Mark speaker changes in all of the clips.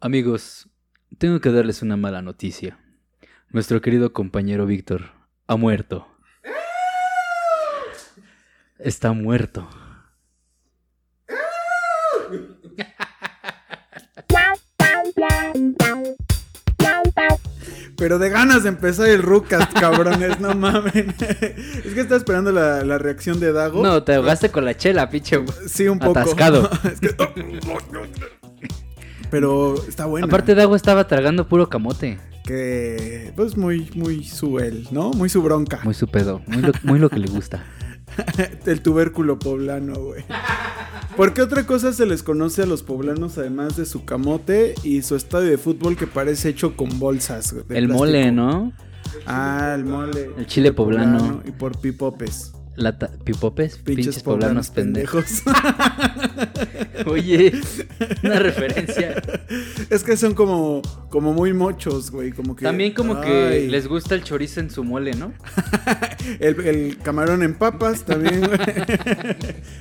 Speaker 1: Amigos, tengo que darles una mala noticia. Nuestro querido compañero Víctor ha muerto. Está muerto.
Speaker 2: Pero de ganas de empezar el Rucast, cabrones, no mamen. es que estaba esperando la, la reacción de Dago.
Speaker 1: No, te ahogaste con la chela, pinche.
Speaker 2: Sí, un poco.
Speaker 1: Atascado.
Speaker 2: Es que- Pero está bueno.
Speaker 1: Aparte, Dago estaba tragando puro camote.
Speaker 2: que pues muy muy su él, ¿no? Muy su bronca.
Speaker 1: Muy su pedo. Muy lo, muy lo que le gusta.
Speaker 2: El tubérculo poblano, güey. ¿Por qué otra cosa se les conoce a los poblanos además de su camote y su estadio de fútbol que parece hecho con bolsas? de
Speaker 1: el
Speaker 2: plástico?
Speaker 1: mole, ¿no?
Speaker 2: Ah, el mole.
Speaker 1: El chile poblano.
Speaker 2: Y por pipopes.
Speaker 1: La ta- ¿Pipopes?
Speaker 2: Pinches, poblanos, pendejos.
Speaker 1: Oye, una referencia.
Speaker 2: es que son como, como muy mochos, güey. Como que,
Speaker 1: También como
Speaker 2: Ay.
Speaker 1: que les gusta el chorizo en su mole, ¿no?
Speaker 2: El, el camarón en papas también. güey.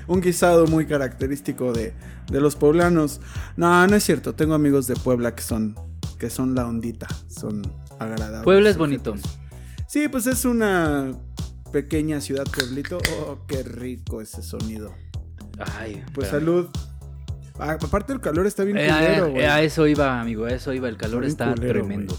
Speaker 2: Un guisado muy característico de, de los poblanos. No, no es cierto. Tengo amigos de Puebla que son, que son la ondita. Son agradables.
Speaker 1: Puebla es
Speaker 2: sujetos.
Speaker 1: bonito.
Speaker 2: Ah, Sí, pues es una pequeña ciudad, pueblito. Oh, qué rico ese sonido.
Speaker 1: Ay,
Speaker 2: Pues
Speaker 1: espérame.
Speaker 2: salud. Ah, aparte el calor está bien
Speaker 1: Eh,
Speaker 2: culero,
Speaker 1: eh,
Speaker 2: güey.
Speaker 1: eh, a eso iba, amigo, a eso iba. El calor
Speaker 2: Bien
Speaker 1: está
Speaker 2: culero,
Speaker 1: tremendo.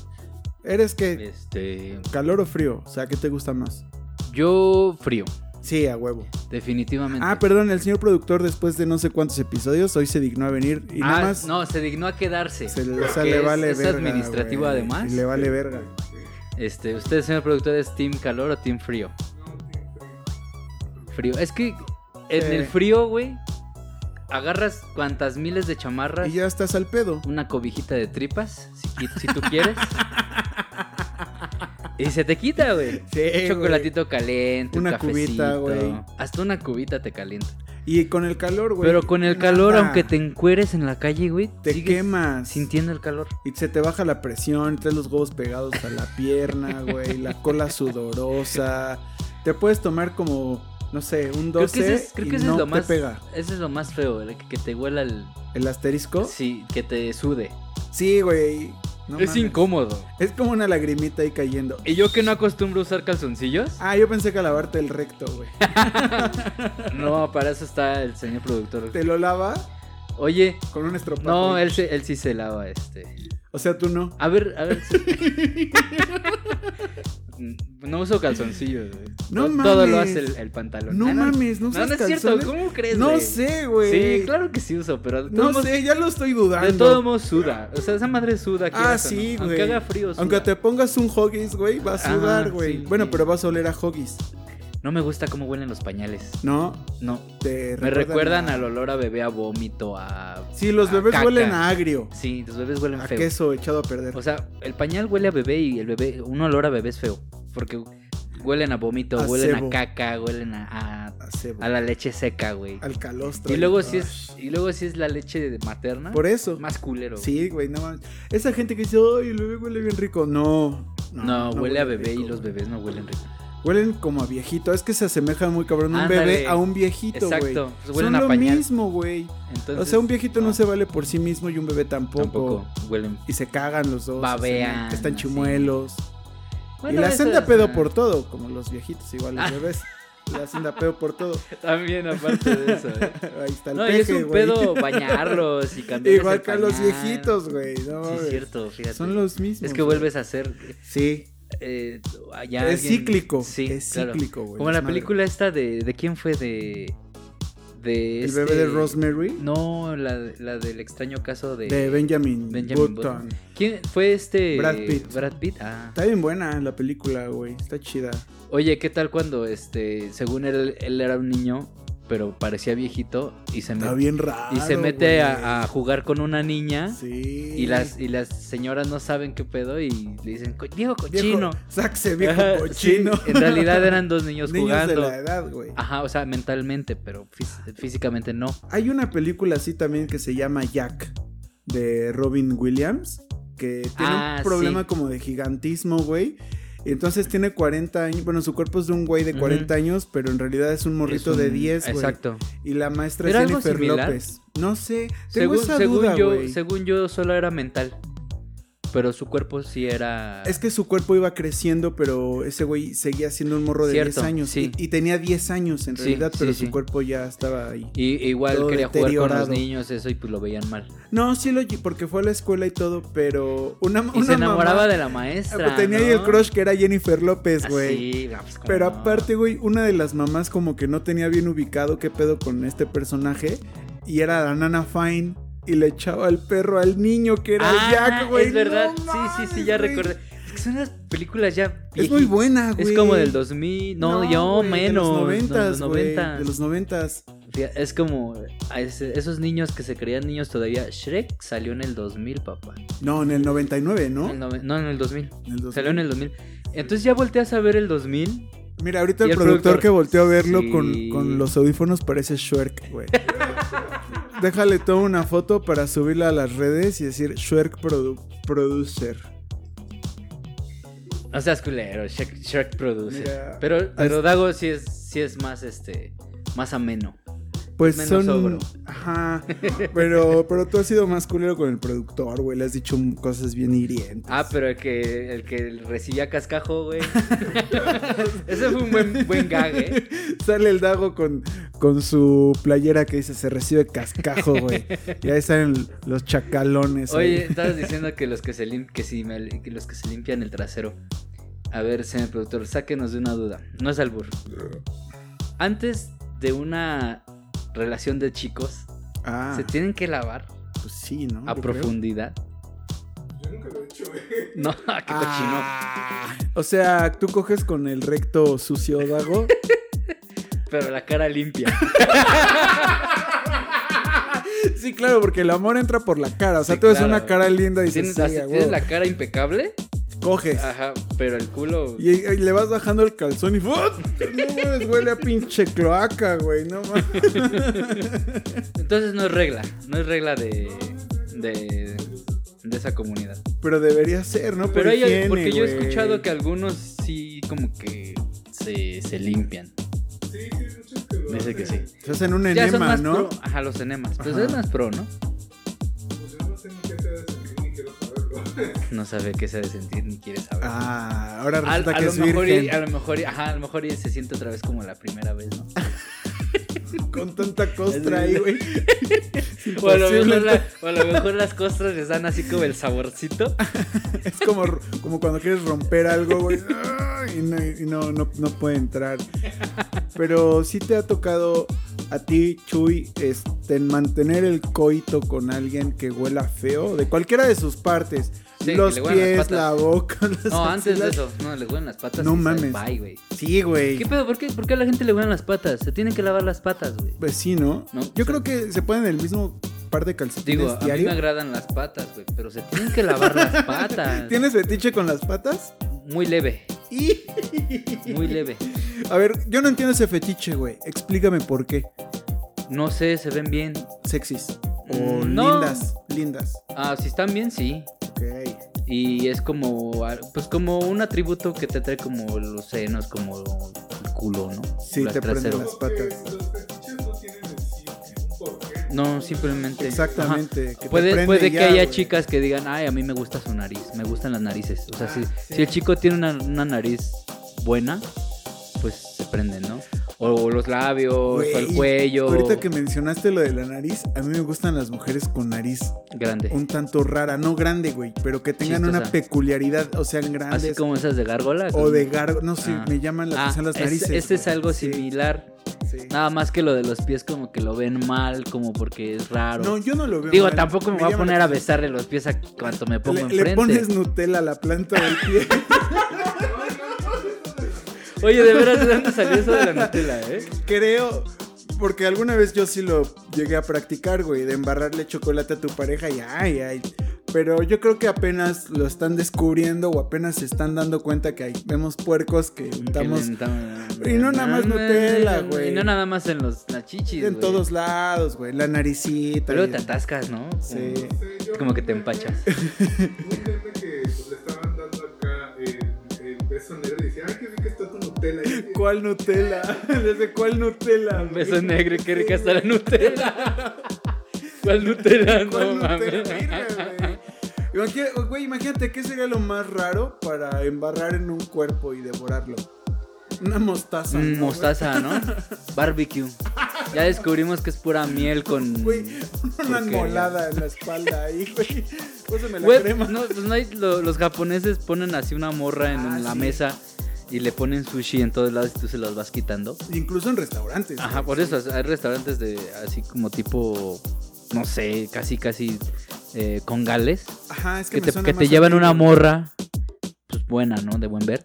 Speaker 2: ¿Eres qué?
Speaker 1: Este,
Speaker 2: ¿Calor o frío? O sea, ¿qué te gusta más?
Speaker 1: yo frío,
Speaker 2: Sí, a huevo.
Speaker 1: definitivamente.
Speaker 2: Ah, perdón, el señor productor después de no sé cuántos episodios hoy se dignó a venir y nada
Speaker 1: Ah,
Speaker 2: más
Speaker 1: no, se dignó a quedarse.
Speaker 2: se le,
Speaker 1: porque
Speaker 2: o sea, le
Speaker 1: es-
Speaker 2: vale
Speaker 1: es,
Speaker 2: verga.
Speaker 1: administrativo
Speaker 2: güey,
Speaker 1: además.
Speaker 2: y le vale verga.
Speaker 1: Este, usted, señor productor, es team calor o team frío? Frío. Es que en
Speaker 2: Sí.
Speaker 1: el frío, güey, agarras cuantas miles de chamarras,
Speaker 2: Y ya estás al pedo.
Speaker 1: una cobijita de tripas, si, qui- si tú quieres. y se te quita, güey.
Speaker 2: Sí,
Speaker 1: Un chocolatito caliente,
Speaker 2: Una
Speaker 1: un cafecito.
Speaker 2: cubita, güey.
Speaker 1: Hasta una cubita te calienta.
Speaker 2: Y con el calor, güey.
Speaker 1: Pero con el calor,
Speaker 2: nada.
Speaker 1: aunque te encueres en la calle, güey,
Speaker 2: te
Speaker 1: sigues
Speaker 2: quemas.
Speaker 1: sintiendo el calor.
Speaker 2: Y se te baja la presión, traes los huevos pegados a la pierna, güey, la cola sudorosa. Te puedes tomar como, no sé, un 12
Speaker 1: Creo que ese es, creo
Speaker 2: y
Speaker 1: que ese
Speaker 2: no
Speaker 1: es lo
Speaker 2: te
Speaker 1: más
Speaker 2: pega.
Speaker 1: ese es lo más feo, el que, que te huela el
Speaker 2: ¿El asterisco? Sí,
Speaker 1: sí, que te sude.
Speaker 2: güey. no
Speaker 1: es
Speaker 2: mames.
Speaker 1: incómodo.
Speaker 2: Es como una lagrimita ahí cayendo.
Speaker 1: Y yo que no acostumbro a usar calzoncillos.
Speaker 2: Ah, yo pensé que a lavarte el recto, güey.
Speaker 1: No, para eso está el señor productor.
Speaker 2: Te lo lava
Speaker 1: Oye,
Speaker 2: con un estropajo.
Speaker 1: no, él, se- él sí se lava este.
Speaker 2: O sea, tú no.
Speaker 1: A ver, a ver. si- no uso calzoncillos, güey.
Speaker 2: No
Speaker 1: To- Todo lo
Speaker 2: mames.
Speaker 1: hace el, el pantalón.
Speaker 2: No
Speaker 1: Ah,
Speaker 2: mames, no
Speaker 1: No, no
Speaker 2: usas
Speaker 1: es
Speaker 2: calzones.
Speaker 1: cierto, ¿cómo crees?
Speaker 2: No
Speaker 1: güey?
Speaker 2: sé, güey.
Speaker 1: Sí, claro que sí uso, pero de
Speaker 2: pues. No
Speaker 1: todos modos-
Speaker 2: sé, ya lo estoy dudando.
Speaker 1: de todo modo suda. O sea, esa madre suda.
Speaker 2: Ah,
Speaker 1: quieras o no.
Speaker 2: sí, güey.
Speaker 1: Aunque haga frío.
Speaker 2: Aunque
Speaker 1: suda.
Speaker 2: te pongas un hoggies, güey, va a
Speaker 1: Ajá,
Speaker 2: sudar, güey.
Speaker 1: sí,
Speaker 2: bueno,
Speaker 1: sí.
Speaker 2: pero vas a oler a hoggies,
Speaker 1: No me gusta cómo huelen los pañales.
Speaker 2: ¿no?
Speaker 1: No.
Speaker 2: Te
Speaker 1: Me recuerdan al olor a bebé, a vómito, a.
Speaker 2: Sí, los
Speaker 1: a
Speaker 2: bebés
Speaker 1: caca.
Speaker 2: huelen a agrio,
Speaker 1: Sí, los bebés huelen
Speaker 2: a
Speaker 1: feo.
Speaker 2: queso echado a perder.
Speaker 1: O sea, el pañal huele a bebé y el bebé. Un olor a bebé es feo. Porque huelen a vómito,
Speaker 2: A
Speaker 1: huelen
Speaker 2: cebo.
Speaker 1: a caca, huelen a, a,
Speaker 2: a cebo,
Speaker 1: a la leche seca, güey.
Speaker 2: al calostro.
Speaker 1: Y luego
Speaker 2: Ay.
Speaker 1: si es. Y luego si es la leche de- materna.
Speaker 2: Por eso.
Speaker 1: Más culero. güey.
Speaker 2: Sí, güey, no mames. Esa gente que dice, ay, el bebé huele bien rico. No.
Speaker 1: No, huele a bebé
Speaker 2: rico,
Speaker 1: y los
Speaker 2: güey.
Speaker 1: bebés no huelen rico.
Speaker 2: Huelen como a viejito. Es que se asemejan muy cabrón un
Speaker 1: Ándale.
Speaker 2: bebé a un viejito, güey.
Speaker 1: Exacto. pues huelen
Speaker 2: Son
Speaker 1: a
Speaker 2: lo
Speaker 1: pañal.
Speaker 2: mismo, güey.
Speaker 1: Entonces,
Speaker 2: O sea, un viejito no. se vale por sí mismo y un bebé tampoco.
Speaker 1: Tampoco huelen.
Speaker 2: Y se cagan los dos.
Speaker 1: Babean,
Speaker 2: se- Están
Speaker 1: así.
Speaker 2: chimuelos.
Speaker 1: Bueno,
Speaker 2: y la
Speaker 1: eso
Speaker 2: hacen de
Speaker 1: es-
Speaker 2: pedo por todo, como los viejitos, igual los
Speaker 1: Ah.
Speaker 2: bebés. La hacen de pedo por todo.
Speaker 1: También, aparte de eso. ¿eh?
Speaker 2: Ahí está el
Speaker 1: No, y es
Speaker 2: peje,
Speaker 1: un
Speaker 2: güey.
Speaker 1: pedo bañarlos y cambiarles
Speaker 2: Igual
Speaker 1: el
Speaker 2: que a los
Speaker 1: pañal.
Speaker 2: viejitos, güey. No,
Speaker 1: Sí, es
Speaker 2: mames.
Speaker 1: cierto, fíjate.
Speaker 2: Son los mismos.
Speaker 1: Es que
Speaker 2: güey.
Speaker 1: vuelves a hacer.
Speaker 2: Sí.
Speaker 1: eh, a ya
Speaker 2: Es
Speaker 1: alguien-
Speaker 2: cíclico.
Speaker 1: Sí,
Speaker 2: es
Speaker 1: claro.
Speaker 2: cíclico, güey.
Speaker 1: Como la
Speaker 2: es madre.
Speaker 1: película esta de. ¿De quién fue? De. de
Speaker 2: El
Speaker 1: este-
Speaker 2: bebé de Rosemary.
Speaker 1: No, la, la del extraño caso de.
Speaker 2: De Benjamin,
Speaker 1: Benjamin
Speaker 2: Button.
Speaker 1: ¿Quién fue este?
Speaker 2: Brad Pitt.
Speaker 1: Brad Pitt. Ah.
Speaker 2: Está bien buena la película, güey. Está chida.
Speaker 1: Oye, ¿qué tal cuando este. Según él, él era un niño, pero parecía viejito y se
Speaker 2: Está
Speaker 1: metió.
Speaker 2: bien raro.
Speaker 1: Y se mete
Speaker 2: güey.
Speaker 1: a, a jugar con una niña.
Speaker 2: Sí.
Speaker 1: Y las, y las señoras no saben qué pedo y le dicen, "Co- Diego
Speaker 2: Viejo,
Speaker 1: cochino.
Speaker 2: Saxe, viejo
Speaker 1: Ajá,
Speaker 2: cochino.
Speaker 1: sí, en realidad eran dos niños,
Speaker 2: Niños de
Speaker 1: jugando.
Speaker 2: la edad, güey.
Speaker 1: Ajá, o sea, mentalmente, pero fí- físicamente no.
Speaker 2: Hay una película así también que se llama Jack de Robin Williams que tiene
Speaker 1: Ah,
Speaker 2: un problema
Speaker 1: sí.
Speaker 2: como de gigantismo, güey. Y entonces tiene 40 años. Bueno, su cuerpo es de un güey de 40 años, pero en realidad es un morrito
Speaker 1: Es un-
Speaker 2: de 10, güey.
Speaker 1: Exacto.
Speaker 2: Y la maestra es
Speaker 1: ¿Era algo
Speaker 2: Jennifer
Speaker 1: similar?
Speaker 2: López. No sé, tengo
Speaker 1: Según,
Speaker 2: esa
Speaker 1: según
Speaker 2: duda,
Speaker 1: yo,
Speaker 2: güey.
Speaker 1: según yo, solo era mental. Pero su cuerpo sí era.
Speaker 2: Es que su cuerpo iba creciendo, pero ese güey seguía siendo un morro de
Speaker 1: Cierto,
Speaker 2: 10 años.
Speaker 1: sí.
Speaker 2: Y, y tenía 10 años en
Speaker 1: Sí,
Speaker 2: realidad,
Speaker 1: sí,
Speaker 2: pero
Speaker 1: sí.
Speaker 2: su cuerpo ya estaba ahí.
Speaker 1: Y e igual
Speaker 2: todo
Speaker 1: quería jugar con los
Speaker 2: deteriorado.
Speaker 1: niños, eso, y pues lo veían mal.
Speaker 2: No, sí lo porque fue a la escuela y todo, pero una,
Speaker 1: Y
Speaker 2: una
Speaker 1: se enamoraba
Speaker 2: mamá- Pues
Speaker 1: de la maestra.
Speaker 2: Tenía ahí
Speaker 1: ¿no?
Speaker 2: el crush que era Jennifer López,
Speaker 1: Ah,
Speaker 2: güey.
Speaker 1: sí, ah, pues, ¿cómo
Speaker 2: Pero
Speaker 1: no?
Speaker 2: aparte, güey, una de las mamás como que no tenía bien ubicado qué pedo con este personaje. Y era la nana Fine. Y le echaba el perro al niño que era
Speaker 1: Ah,
Speaker 2: Jack, güey.
Speaker 1: Es verdad,
Speaker 2: No
Speaker 1: sí, sí, sí,
Speaker 2: mames,
Speaker 1: ya
Speaker 2: güey.
Speaker 1: recordé. Es que son unas películas ya.
Speaker 2: Es muy
Speaker 1: viejitas.
Speaker 2: buena, güey.
Speaker 1: Es como del 2000, no, yo
Speaker 2: güey,
Speaker 1: menos. no,
Speaker 2: De los noventas, güey.
Speaker 1: 90.
Speaker 2: De los noventas.
Speaker 1: Fía- Es como a ese- esos niños que se creían niños todavía. Shrek salió en el 2000, papá.
Speaker 2: No, en el 99, ¿no?
Speaker 1: El nove- no, en el 2000.
Speaker 2: En el 2000.
Speaker 1: Salió en el 2000. Entonces ya volteas a ver el 2000.
Speaker 2: Mira, ahorita
Speaker 1: Y
Speaker 2: el,
Speaker 1: el
Speaker 2: productor,
Speaker 1: productor.
Speaker 2: que volteó a verlo
Speaker 1: Sí.
Speaker 2: con, con los audífonos parece Shrek, güey. Déjale toda una foto para subirla a las redes y decir Shrek produ- Producer.
Speaker 1: O sea, es culero, Shrek, Shrek produce.
Speaker 2: Mira,
Speaker 1: pero pero Dago sí es, sí es más este más ameno.
Speaker 2: Pues
Speaker 1: Menos
Speaker 2: son.
Speaker 1: ogro.
Speaker 2: Ajá. Pero, pero tú has sido más culero con el productor, güey. Le has dicho cosas bien hirientes.
Speaker 1: Ah, pero el que el que recibía cascajo, güey. Ese fue un buen, buen gag, ¿eh?
Speaker 2: Sale el Dago con, con su playera que dice se recibe cascajo, güey. y ahí salen los chacalones. ahí.
Speaker 1: Oye, estabas diciendo que los que se lim- que si me- que los que se limpian el trasero. A ver, señor productor, sáquenos de una duda. No es albur. Antes de una relación de chicos,
Speaker 2: Ah,
Speaker 1: se tienen que lavar
Speaker 2: pues sí, ¿no?
Speaker 1: a
Speaker 2: Yo creo.
Speaker 1: profundidad. Yo nunca lo he hecho, No, qué cochino.
Speaker 2: Ah, o sea, tú coges con el recto sucio, Dago.
Speaker 1: Pero la cara limpia.
Speaker 2: sí, claro, porque el amor entra por la cara. O sea,
Speaker 1: Sí,
Speaker 2: tú ves
Speaker 1: claro.
Speaker 2: una cara linda y
Speaker 1: Tienes,
Speaker 2: dices, sí,
Speaker 1: así-
Speaker 2: a
Speaker 1: tienes Ah.
Speaker 2: huevo.
Speaker 1: la cara impecable,
Speaker 2: coges.
Speaker 1: ajá, pero el culo.
Speaker 2: Y, y le vas bajando el calzón y ¡fut! No mames, huele a pinche cloaca, güey. No mames.
Speaker 1: Entonces no es regla, no es regla de de, de esa comunidad.
Speaker 2: Pero debería ser, ¿no? Por
Speaker 1: Pero hay-
Speaker 2: higiene,
Speaker 1: porque yo he
Speaker 2: güey.
Speaker 1: escuchado que algunos sí como que se, se limpian. Dice que sí.
Speaker 2: Se hacen un
Speaker 1: ya son
Speaker 2: enema,
Speaker 1: más pro.
Speaker 2: ¿no?
Speaker 1: Ajá, los enemas. Pues
Speaker 2: Ajá.
Speaker 1: es más pro, ¿no? No sabe qué se ha de sentir ni quiere saber.
Speaker 2: Ah, ahora
Speaker 1: a,
Speaker 2: resulta
Speaker 1: a
Speaker 2: que
Speaker 1: lo
Speaker 2: es
Speaker 1: mejor y,
Speaker 2: virgen.
Speaker 1: a lo mejor y- ajá, a lo mejor y se siente otra vez como la primera vez, ¿no?
Speaker 2: Ah, Con tanta costra ahí, güey.
Speaker 1: O a, lo
Speaker 2: Imposible,
Speaker 1: mejor la- o a lo mejor las costras les dan así como el saborcito.
Speaker 2: Ah, Es como, como cuando quieres romper algo, güey. Y, no, y no, no- no puede entrar. Pero sí te ha tocado a ti, Chuy, este, mantener el coito con alguien que huela feo, de cualquiera de sus partes.
Speaker 1: Sí, que
Speaker 2: los
Speaker 1: le huelan las
Speaker 2: pies,
Speaker 1: patas.
Speaker 2: la boca, las
Speaker 1: No, antes de
Speaker 2: axilas.
Speaker 1: eso. No, le huelen las patas.
Speaker 2: No
Speaker 1: y sale,
Speaker 2: mames.
Speaker 1: Bye, güey.
Speaker 2: Sí, güey.
Speaker 1: ¿Qué pedo? ¿Por qué, ¿Por qué a la gente le huelen las patas? Se tienen que lavar las patas, güey.
Speaker 2: Pues sí, ¿no?
Speaker 1: No.
Speaker 2: Yo creo que se ponen el mismo par de calcetines
Speaker 1: Digo, a mí
Speaker 2: diario.
Speaker 1: me agradan las patas, güey, pero se tienen que lavar las patas.
Speaker 2: ¿Tienes fetiche con las patas?
Speaker 1: Muy leve,
Speaker 2: Y...
Speaker 1: muy leve.
Speaker 2: A ver, yo no entiendo ese fetiche, güey. Explícame por qué.
Speaker 1: No sé, se ven bien.
Speaker 2: Sexys. O
Speaker 1: Mm, no.
Speaker 2: lindas. Lindas.
Speaker 1: Ah, si están bien, sí.
Speaker 2: Ok.
Speaker 1: Y es como, al- pues como un atributo que te trae como los senos, como el culo, ¿no?
Speaker 2: Sí,
Speaker 1: Las
Speaker 2: te prenden
Speaker 1: traseras.
Speaker 2: las patas.
Speaker 1: No, simplemente.
Speaker 2: Exactamente.
Speaker 1: Ajá.
Speaker 2: que te
Speaker 1: Puede,
Speaker 2: prende
Speaker 1: puede
Speaker 2: ya,
Speaker 1: que haya
Speaker 2: güey.
Speaker 1: chicas que digan, ay, a mí me gusta su nariz, me gustan las narices. O sea,
Speaker 2: Ah,
Speaker 1: si,
Speaker 2: sí.
Speaker 1: si el chico tiene una, una nariz buena, pues se prenden, ¿no? O los labios, o el
Speaker 2: Güey,
Speaker 1: cuello.
Speaker 2: Ahorita que mencionaste lo de la nariz, a mí me gustan las mujeres con nariz
Speaker 1: Grande.
Speaker 2: un tanto rara, no grande, güey, pero que tengan una
Speaker 1: Chistosa.
Speaker 2: peculiaridad, o sean grandes
Speaker 1: Así como esas de gárgola.
Speaker 2: o
Speaker 1: como-
Speaker 2: de gargo, no sé,
Speaker 1: Ah.
Speaker 2: me llaman la
Speaker 1: Ah,
Speaker 2: atención las
Speaker 1: es-
Speaker 2: narices.
Speaker 1: este es
Speaker 2: güey.
Speaker 1: algo
Speaker 2: Sí,
Speaker 1: similar.
Speaker 2: sí.
Speaker 1: Nada más que lo de los pies como que lo ven mal, como porque es raro.
Speaker 2: No, yo no lo veo.
Speaker 1: Digo,
Speaker 2: mal,
Speaker 1: tampoco me, voy a
Speaker 2: llama la
Speaker 1: poner a
Speaker 2: atención.
Speaker 1: besarle los pies a cuanto me pongo
Speaker 2: Le, le
Speaker 1: enfrente.
Speaker 2: pones Nutella a la planta del pie.
Speaker 1: Oye, de veras, ¿de dónde salió eso de la Nutella, eh?
Speaker 2: Creo, porque alguna vez yo sí lo llegué a practicar, güey, de embarrarle chocolate a tu pareja y ay, ay. Pero yo creo que apenas lo están descubriendo o apenas se están dando cuenta que hay, vemos puercos que untamos Y no nada más Nutella, güey.
Speaker 1: Y no nada más en los las chichis,
Speaker 2: en
Speaker 1: güey.
Speaker 2: todos lados, güey, la naricita.
Speaker 1: Pero
Speaker 2: y-
Speaker 1: te atascas, ¿no?
Speaker 2: Sí.
Speaker 1: Como, como que te empachas.
Speaker 3: Un meme que pues, le estaban dando acá eh, el, el beso en
Speaker 2: cuál Nutella? ¿Desde cuál Nutella?
Speaker 1: Un beso negro, qué rica está la Nutella. ¿Cuál Nutella? No
Speaker 2: ¿Cuál Nutella?
Speaker 1: mames.
Speaker 2: Mira, güey. Imagina- Güey, imagínate, ¿qué sería lo más raro para embarrar en un cuerpo y devorarlo? Una mostaza.
Speaker 1: Mm,
Speaker 2: ¿no, güey?
Speaker 1: mostaza, ¿no? Barbecue. Ya descubrimos que es pura miel con.
Speaker 2: Güey, una
Speaker 1: porquería.
Speaker 2: molada en la espalda ahí, güey. Póseme la
Speaker 1: Güey,
Speaker 2: crema.
Speaker 1: no, pues no hay- lo- los japoneses ponen así una morra en,
Speaker 2: Ah,
Speaker 1: la
Speaker 2: sí.
Speaker 1: mesa y le ponen sushi en todos lados y tú se las vas quitando.
Speaker 2: Incluso en restaurantes.
Speaker 1: Ajá,
Speaker 2: güey,
Speaker 1: por
Speaker 2: sí.
Speaker 1: eso hay restaurantes de así como tipo, no sé, casi casi eh, con gales
Speaker 2: Ajá, es que,
Speaker 1: que,
Speaker 2: me
Speaker 1: te,
Speaker 2: suena
Speaker 1: que te
Speaker 2: más
Speaker 1: llevan
Speaker 2: antiguo.
Speaker 1: una morra, pues buena, ¿no? De buen ver.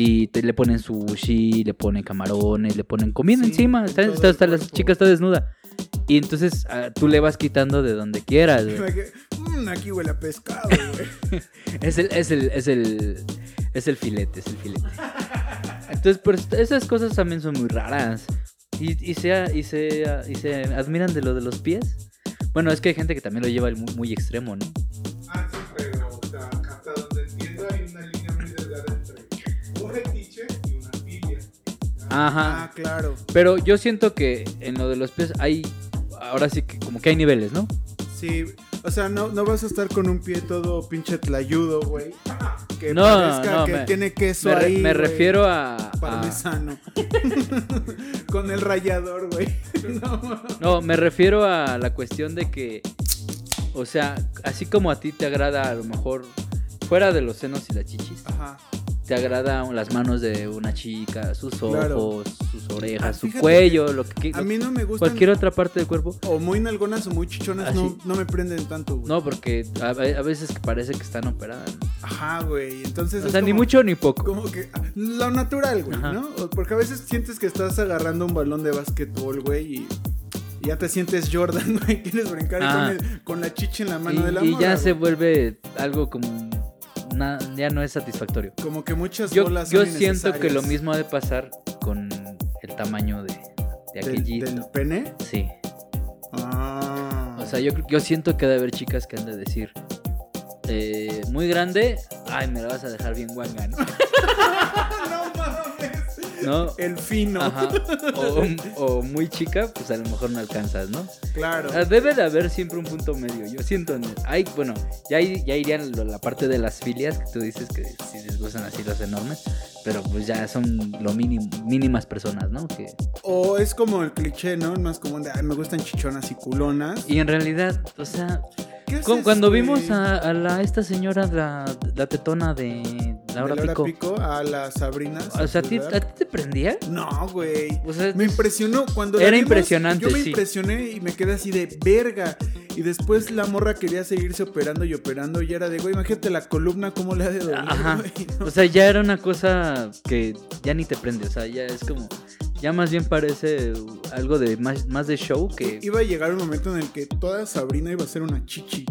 Speaker 1: Y te, le ponen sushi, le ponen camarones, le ponen comida
Speaker 2: Sí,
Speaker 1: encima.
Speaker 2: en
Speaker 1: Está,
Speaker 2: todo
Speaker 1: está-
Speaker 2: el
Speaker 1: está- la
Speaker 2: cuerpo.
Speaker 1: chica está desnuda. Y entonces ah, tú le vas quitando de donde quieras. güey.
Speaker 2: Mm, aquí huele a pescado, güey.
Speaker 1: Es el, es el, es el, es el filete, es el filete. Entonces, pero est- esas cosas también son muy raras. Y, y, se, y, se, y se admiran de lo de los pies. Bueno, es que hay gente que también lo lleva al muy, muy extremo, ¿no?
Speaker 3: Ah, sí, pero o sea, hasta donde entiendo hay una línea muy delgada entre un fetiche y una filia.
Speaker 1: Ajá.
Speaker 2: Ah, claro.
Speaker 1: Pero yo siento que en lo de los pies hay. Ahora sí que como que hay niveles, ¿no?
Speaker 2: Sí, o sea, no, no vas a estar con un pie todo pinche tlayudo, güey. Que
Speaker 1: No,
Speaker 2: parezca
Speaker 1: no,
Speaker 2: que
Speaker 1: me-
Speaker 2: tiene queso
Speaker 1: Me, re-
Speaker 2: ahí.
Speaker 1: me
Speaker 2: güey.
Speaker 1: refiero a. a-
Speaker 2: Parmesano. con el rallador, güey. No,
Speaker 1: no, me refiero a la cuestión de que. O sea, así como a ti te agrada a lo mejor. Fuera de los senos y las chichis.
Speaker 2: Ajá.
Speaker 1: Te agrada las manos de una chica, sus ojos,
Speaker 2: Claro.
Speaker 1: sus orejas,
Speaker 2: Ah,
Speaker 1: su
Speaker 2: fíjate
Speaker 1: cuello, lo que
Speaker 2: A
Speaker 1: lo-
Speaker 2: mí no me gustan.
Speaker 1: cualquier otra parte del cuerpo.
Speaker 2: O muy nalgonas o muy chichonas no,
Speaker 1: Así.
Speaker 2: no me prenden tanto, güey.
Speaker 1: ¿Ah, No, porque a, a veces que parece que están operadas. ¿no?
Speaker 2: Ajá, güey. Entonces.
Speaker 1: O
Speaker 2: es
Speaker 1: sea, ni
Speaker 2: como-
Speaker 1: mucho ni poco.
Speaker 2: Como que ah, lo natural, güey,
Speaker 1: Ajá.
Speaker 2: ¿no? O- Porque a veces sientes que estás agarrando un balón de básquetbol, güey, y y ya te sientes Jordan, güey, quieres brincar
Speaker 1: Ah.
Speaker 2: con, el- con la chicha en la
Speaker 1: Y,
Speaker 2: mano de la
Speaker 1: y
Speaker 2: morra,
Speaker 1: ya se
Speaker 2: güey.
Speaker 1: vuelve algo como. na- ya no es satisfactorio.
Speaker 2: Como que muchas
Speaker 1: Yo,
Speaker 2: bolas
Speaker 1: yo
Speaker 2: son
Speaker 1: siento que lo
Speaker 2: innecesarias.
Speaker 1: mismo ha de pasar con el tamaño de, de
Speaker 2: ¿Del,
Speaker 1: aquel jean.
Speaker 2: del pene?
Speaker 1: Sí.
Speaker 2: Ah.
Speaker 1: O sea, yo, creo- yo siento que ha de haber chicas que han de decir. eh, muy grande, ay, me la vas a dejar bien guanga, ¿no?
Speaker 2: ¡No mames!
Speaker 1: ¿No?
Speaker 2: El fino,
Speaker 1: Ajá. O, o muy chica, pues a lo mejor no alcanzas, ¿no?
Speaker 2: claro.
Speaker 1: Ah, Debe de haber siempre un punto medio. Yo siento. en- Hay, bueno, ya, ir- ya irían lo- la parte de las filias que tú dices que si les gustan así los enormes. Pero pues ya son lo mínimo, mínimas personas, ¿no? Que,
Speaker 2: O es como el cliché, ¿no? El Más común de, ay, me gustan chichonas y culonas.
Speaker 1: y en realidad, o sea,
Speaker 2: ¿Qué haces,
Speaker 1: cu- cuando
Speaker 2: güey?
Speaker 1: vimos a, a la, esta señora, la, la tetona de
Speaker 2: De
Speaker 1: Laura Pico,
Speaker 2: a la Sabrina.
Speaker 1: o sea, ¿a ti, a ti te prendía?
Speaker 2: No, güey.
Speaker 1: O sea,
Speaker 2: Me impresionó cuando la
Speaker 1: Era
Speaker 2: vimos,
Speaker 1: impresionante,
Speaker 2: Yo me
Speaker 1: sí.
Speaker 2: impresioné y me quedé así de verga. Y después la morra quería seguirse operando y operando. Y era de, güey, imagínate la columna, cómo le ha de doler.
Speaker 1: Ajá.
Speaker 2: güey, ¿no?
Speaker 1: O sea, ya era una cosa que ya ni te prende, o sea, ya es como, ya más bien parece uh, algo de más, más de show que...
Speaker 2: Iba a llegar un momento en el que toda Sabrina iba a ser una chichi.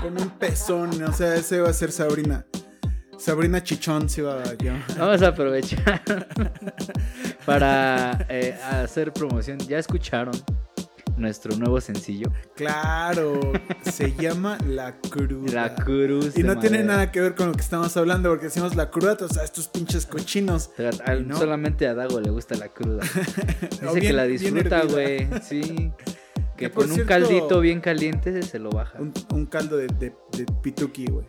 Speaker 2: con un pezón. O sea, ese iba a ser Sabrina. Sabrina Chichón se iba a llamar.
Speaker 1: Vamos a aprovechar para eh, hacer promoción. Ya escucharon nuestro nuevo sencillo,
Speaker 2: Claro. se llama La Cruz.
Speaker 1: La Cruz. de
Speaker 2: Y no tiene
Speaker 1: Madera.
Speaker 2: nada que ver con lo que estamos hablando, porque decimos la cruda, o sea, estos pinches cochinos.
Speaker 1: O sea, al-
Speaker 2: Y no.
Speaker 1: Solamente a Dago le gusta la cruda. Dice
Speaker 2: O
Speaker 1: que
Speaker 2: bien-
Speaker 1: la
Speaker 2: bien
Speaker 1: disfruta,
Speaker 2: hervida.
Speaker 1: güey. Sí. Que
Speaker 2: Que por
Speaker 1: con un
Speaker 2: cierto-
Speaker 1: caldito bien caliente se lo baja.
Speaker 2: Un, un caldo de, de, de pituqui, güey.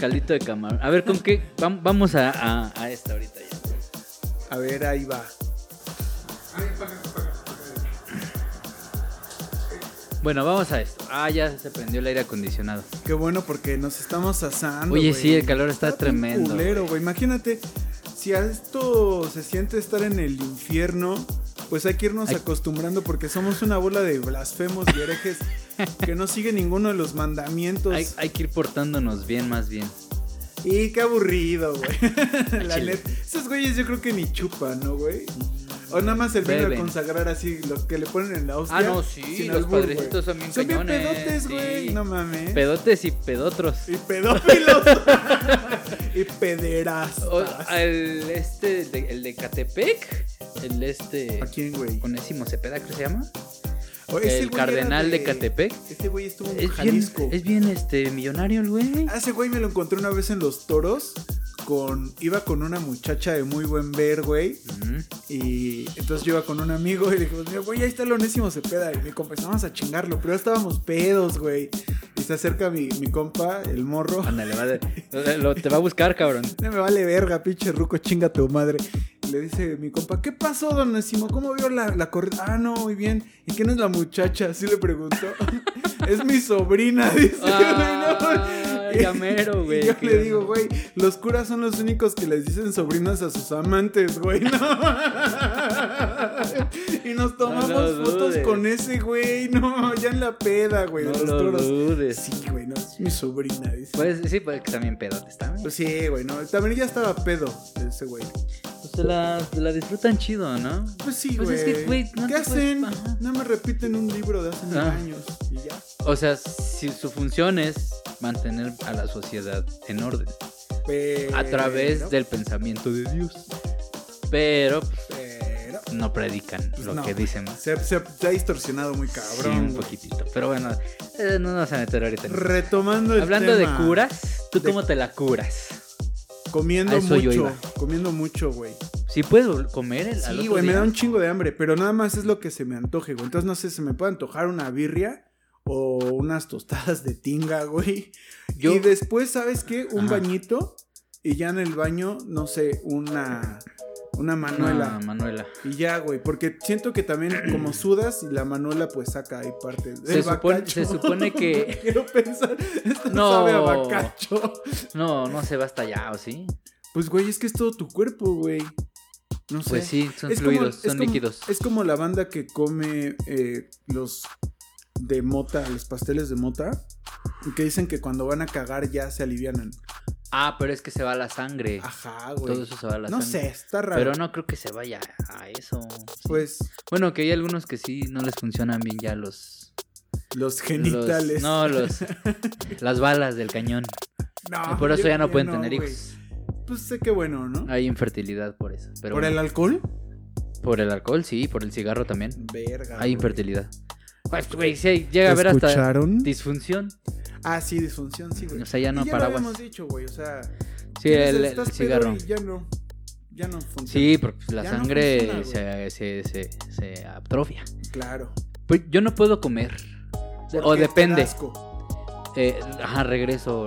Speaker 1: Caldito de camarón. A ver, ¿con qué? Vam- Vamos a, a, a esta ahorita ya.
Speaker 2: A ver, ahí va.
Speaker 3: Ay, paga, paga, paga.
Speaker 1: Bueno, vamos a esto. Ah, ya se prendió el aire acondicionado.
Speaker 2: Qué bueno porque nos estamos asando.
Speaker 1: Oye,
Speaker 2: güey.
Speaker 1: sí, el calor está
Speaker 2: bien
Speaker 1: tremendo.
Speaker 2: culero, güey. Imagínate, si a esto se siente estar en el infierno, pues hay que irnos
Speaker 1: Ay.
Speaker 2: acostumbrando porque somos una bola de blasfemos y herejes que no sigue ninguno de los mandamientos.
Speaker 1: Hay, hay que ir portándonos bien, más bien.
Speaker 2: Y qué aburrido, güey. La
Speaker 1: Chile.
Speaker 2: neta. Esos güeyes yo creo que ni chupan, ¿no, güey? O nada más el vino de
Speaker 1: Beben.
Speaker 2: consagrar así, lo que le ponen en la hostia.
Speaker 1: Ah, no, sí,
Speaker 2: sin
Speaker 1: los
Speaker 2: albur,
Speaker 1: padrecitos
Speaker 2: güey.
Speaker 1: son bien
Speaker 2: Son bien
Speaker 1: cañones,
Speaker 2: pedotes, güey.
Speaker 1: sí.
Speaker 2: No mames.
Speaker 1: Pedotes y pedotros.
Speaker 2: y pedófilos. y pederastas.
Speaker 1: O- al este, el de, el de Catepec. El este.
Speaker 2: ¿A quién, güey?
Speaker 1: Onésimo Cepeda, creo que se llama.
Speaker 2: O ese
Speaker 1: El
Speaker 2: güey era
Speaker 1: cardenal de Catepec.
Speaker 2: Ese güey estuvo en
Speaker 1: Es bien,
Speaker 2: Jalisco. Ah,
Speaker 1: es bien este millonario el güey.
Speaker 2: A ese güey me lo encontré una vez en los toros con. Iba con una muchacha de muy buen ver, güey. Y entonces yo iba con un amigo y le dijimos, mira, güey, ahí está el onésimo Cepeda. Y mi compa, empezamos a chingarlo, pero ya estábamos pedos, güey. Y se acerca mi, mi compa, el morro.
Speaker 1: Ándale, va de- lo- te va a buscar, cabrón.
Speaker 2: No me vale verga, pinche ruco, chinga tu madre. Le dice mi compa, ¿qué pasó, don Onésimo? ¿Cómo vio la, la corrida? Ah, no, muy bien. ¿Y quién es la muchacha? Así le preguntó. es mi sobrina, dice, güey, no.
Speaker 1: Ah, ya mero, güey.
Speaker 2: Y yo
Speaker 1: qué
Speaker 2: le
Speaker 1: bueno.
Speaker 2: digo, güey, los curas son los únicos que les dicen sobrinas a sus amantes, güey, no. y nos tomamos
Speaker 1: No lo
Speaker 2: fotos
Speaker 1: dudes.
Speaker 2: con ese, güey, no, ya en la peda, güey,
Speaker 1: No
Speaker 2: de los
Speaker 1: lo
Speaker 2: toros.
Speaker 1: dudes.
Speaker 2: Sí, güey, no, es mi sobrina, dice.
Speaker 1: Pues, sí, pues que también pedote está. güey.
Speaker 2: Pues sí, güey, no, también ya estaba pedo ese güey.
Speaker 1: Pues se la, se la disfrutan chido, ¿no?
Speaker 2: Pues sí, güey.
Speaker 1: Pues es que, güey, no
Speaker 2: ¿Qué
Speaker 1: te puedes-
Speaker 2: hacen?
Speaker 1: Ajá.
Speaker 2: No me repiten un libro de hace mil
Speaker 1: Ah.
Speaker 2: años y ya.
Speaker 1: O sea, si su función es mantener a la sociedad en orden a
Speaker 2: Eh,
Speaker 1: través
Speaker 2: Pero-
Speaker 1: del pensamiento de Dios. Pero pues,
Speaker 2: pero-
Speaker 1: no predican lo
Speaker 2: Pues No,
Speaker 1: que dicen.
Speaker 2: Se, se- se ha distorsionado muy cabrón.
Speaker 1: Sí, un
Speaker 2: güey.
Speaker 1: poquitito. Pero bueno, eh, no nos vamos a meter ahorita. en eso.
Speaker 2: Retomando el
Speaker 1: Hablando de
Speaker 2: tema,
Speaker 1: curas, ¿tú
Speaker 2: De-
Speaker 1: cómo te la curas?
Speaker 2: Comiendo
Speaker 1: a eso yo
Speaker 2: mucho.
Speaker 1: iba.
Speaker 2: Comiendo mucho, güey.
Speaker 1: Si puedes vol- comer el al
Speaker 2: Sí,
Speaker 1: otro
Speaker 2: güey, me
Speaker 1: día?
Speaker 2: da un chingo de hambre, pero nada más es lo que se me antoje, güey. Entonces no sé, se me puede antojar una birria o unas tostadas de tinga, güey.
Speaker 1: Yo-
Speaker 2: Y después, ¿sabes qué? Un
Speaker 1: Ajá.
Speaker 2: bañito y ya en el baño, no sé, una una
Speaker 1: Manuela.
Speaker 2: manuela.
Speaker 1: Manuela.
Speaker 2: Y ya, güey, porque siento que también como sudas y la manuela pues saca ahí parte del
Speaker 1: Se supone-
Speaker 2: bacacho.
Speaker 1: se supone que-
Speaker 2: Quiero pensar, esto
Speaker 1: No.
Speaker 2: sabe a bacacho.
Speaker 1: No, no se va hasta allá, ¿o sí?
Speaker 2: Pues, güey, es que es todo tu cuerpo, güey. No sé.
Speaker 1: Pues sí, son
Speaker 2: Es como-
Speaker 1: fluidos,
Speaker 2: es
Speaker 1: son
Speaker 2: como-
Speaker 1: líquidos.
Speaker 2: Es como la banda que come eh, los de mota, los pasteles de mota, y que dicen que cuando van a cagar ya se alivianan.
Speaker 1: Ah, pero es que se va la sangre.
Speaker 2: Ajá,
Speaker 1: Todo
Speaker 2: güey.
Speaker 1: eso se va a la
Speaker 2: No
Speaker 1: sangre.
Speaker 2: sé, está raro.
Speaker 1: Pero no creo que se vaya a eso. Sí.
Speaker 2: Pues
Speaker 1: Bueno, que hay algunos que sí no les funcionan bien ya los.
Speaker 2: los
Speaker 1: los-
Speaker 2: genitales.
Speaker 1: no, los. las balas del cañón.
Speaker 2: No,
Speaker 1: por eso
Speaker 2: Ah, yo-
Speaker 1: ya no
Speaker 2: yo
Speaker 1: pueden tener
Speaker 2: güey.
Speaker 1: hijos.
Speaker 2: Pues sé que bueno, ¿no?
Speaker 1: Hay infertilidad por eso. Pero
Speaker 2: ¿Por
Speaker 1: bueno,
Speaker 2: el alcohol?
Speaker 1: por el alcohol, sí, por el cigarro también.
Speaker 2: Verga.
Speaker 1: Hay
Speaker 2: güey.
Speaker 1: infertilidad. Pues, güey, sí, llega a haber hasta
Speaker 2: ¿Escucharon?
Speaker 1: disfunción.
Speaker 2: Ah, sí, disfunción, sí, güey.
Speaker 1: O sea, ya no
Speaker 2: Y ya lo
Speaker 1: paraguas.
Speaker 2: habíamos dicho, güey, o sea...
Speaker 1: Sí,
Speaker 2: tienes
Speaker 1: el, el
Speaker 2: estás pedo
Speaker 1: cigarro.
Speaker 2: y Ya no, ya no funciona.
Speaker 1: Sí, porque pues, la
Speaker 2: Ya no
Speaker 1: sangre
Speaker 2: funciona,
Speaker 1: se, se- se- se atrofia.
Speaker 2: Claro.
Speaker 1: Pues yo no puedo comer. O
Speaker 2: Porque te da
Speaker 1: depende.
Speaker 2: asco.
Speaker 1: Eh, ajá, regreso.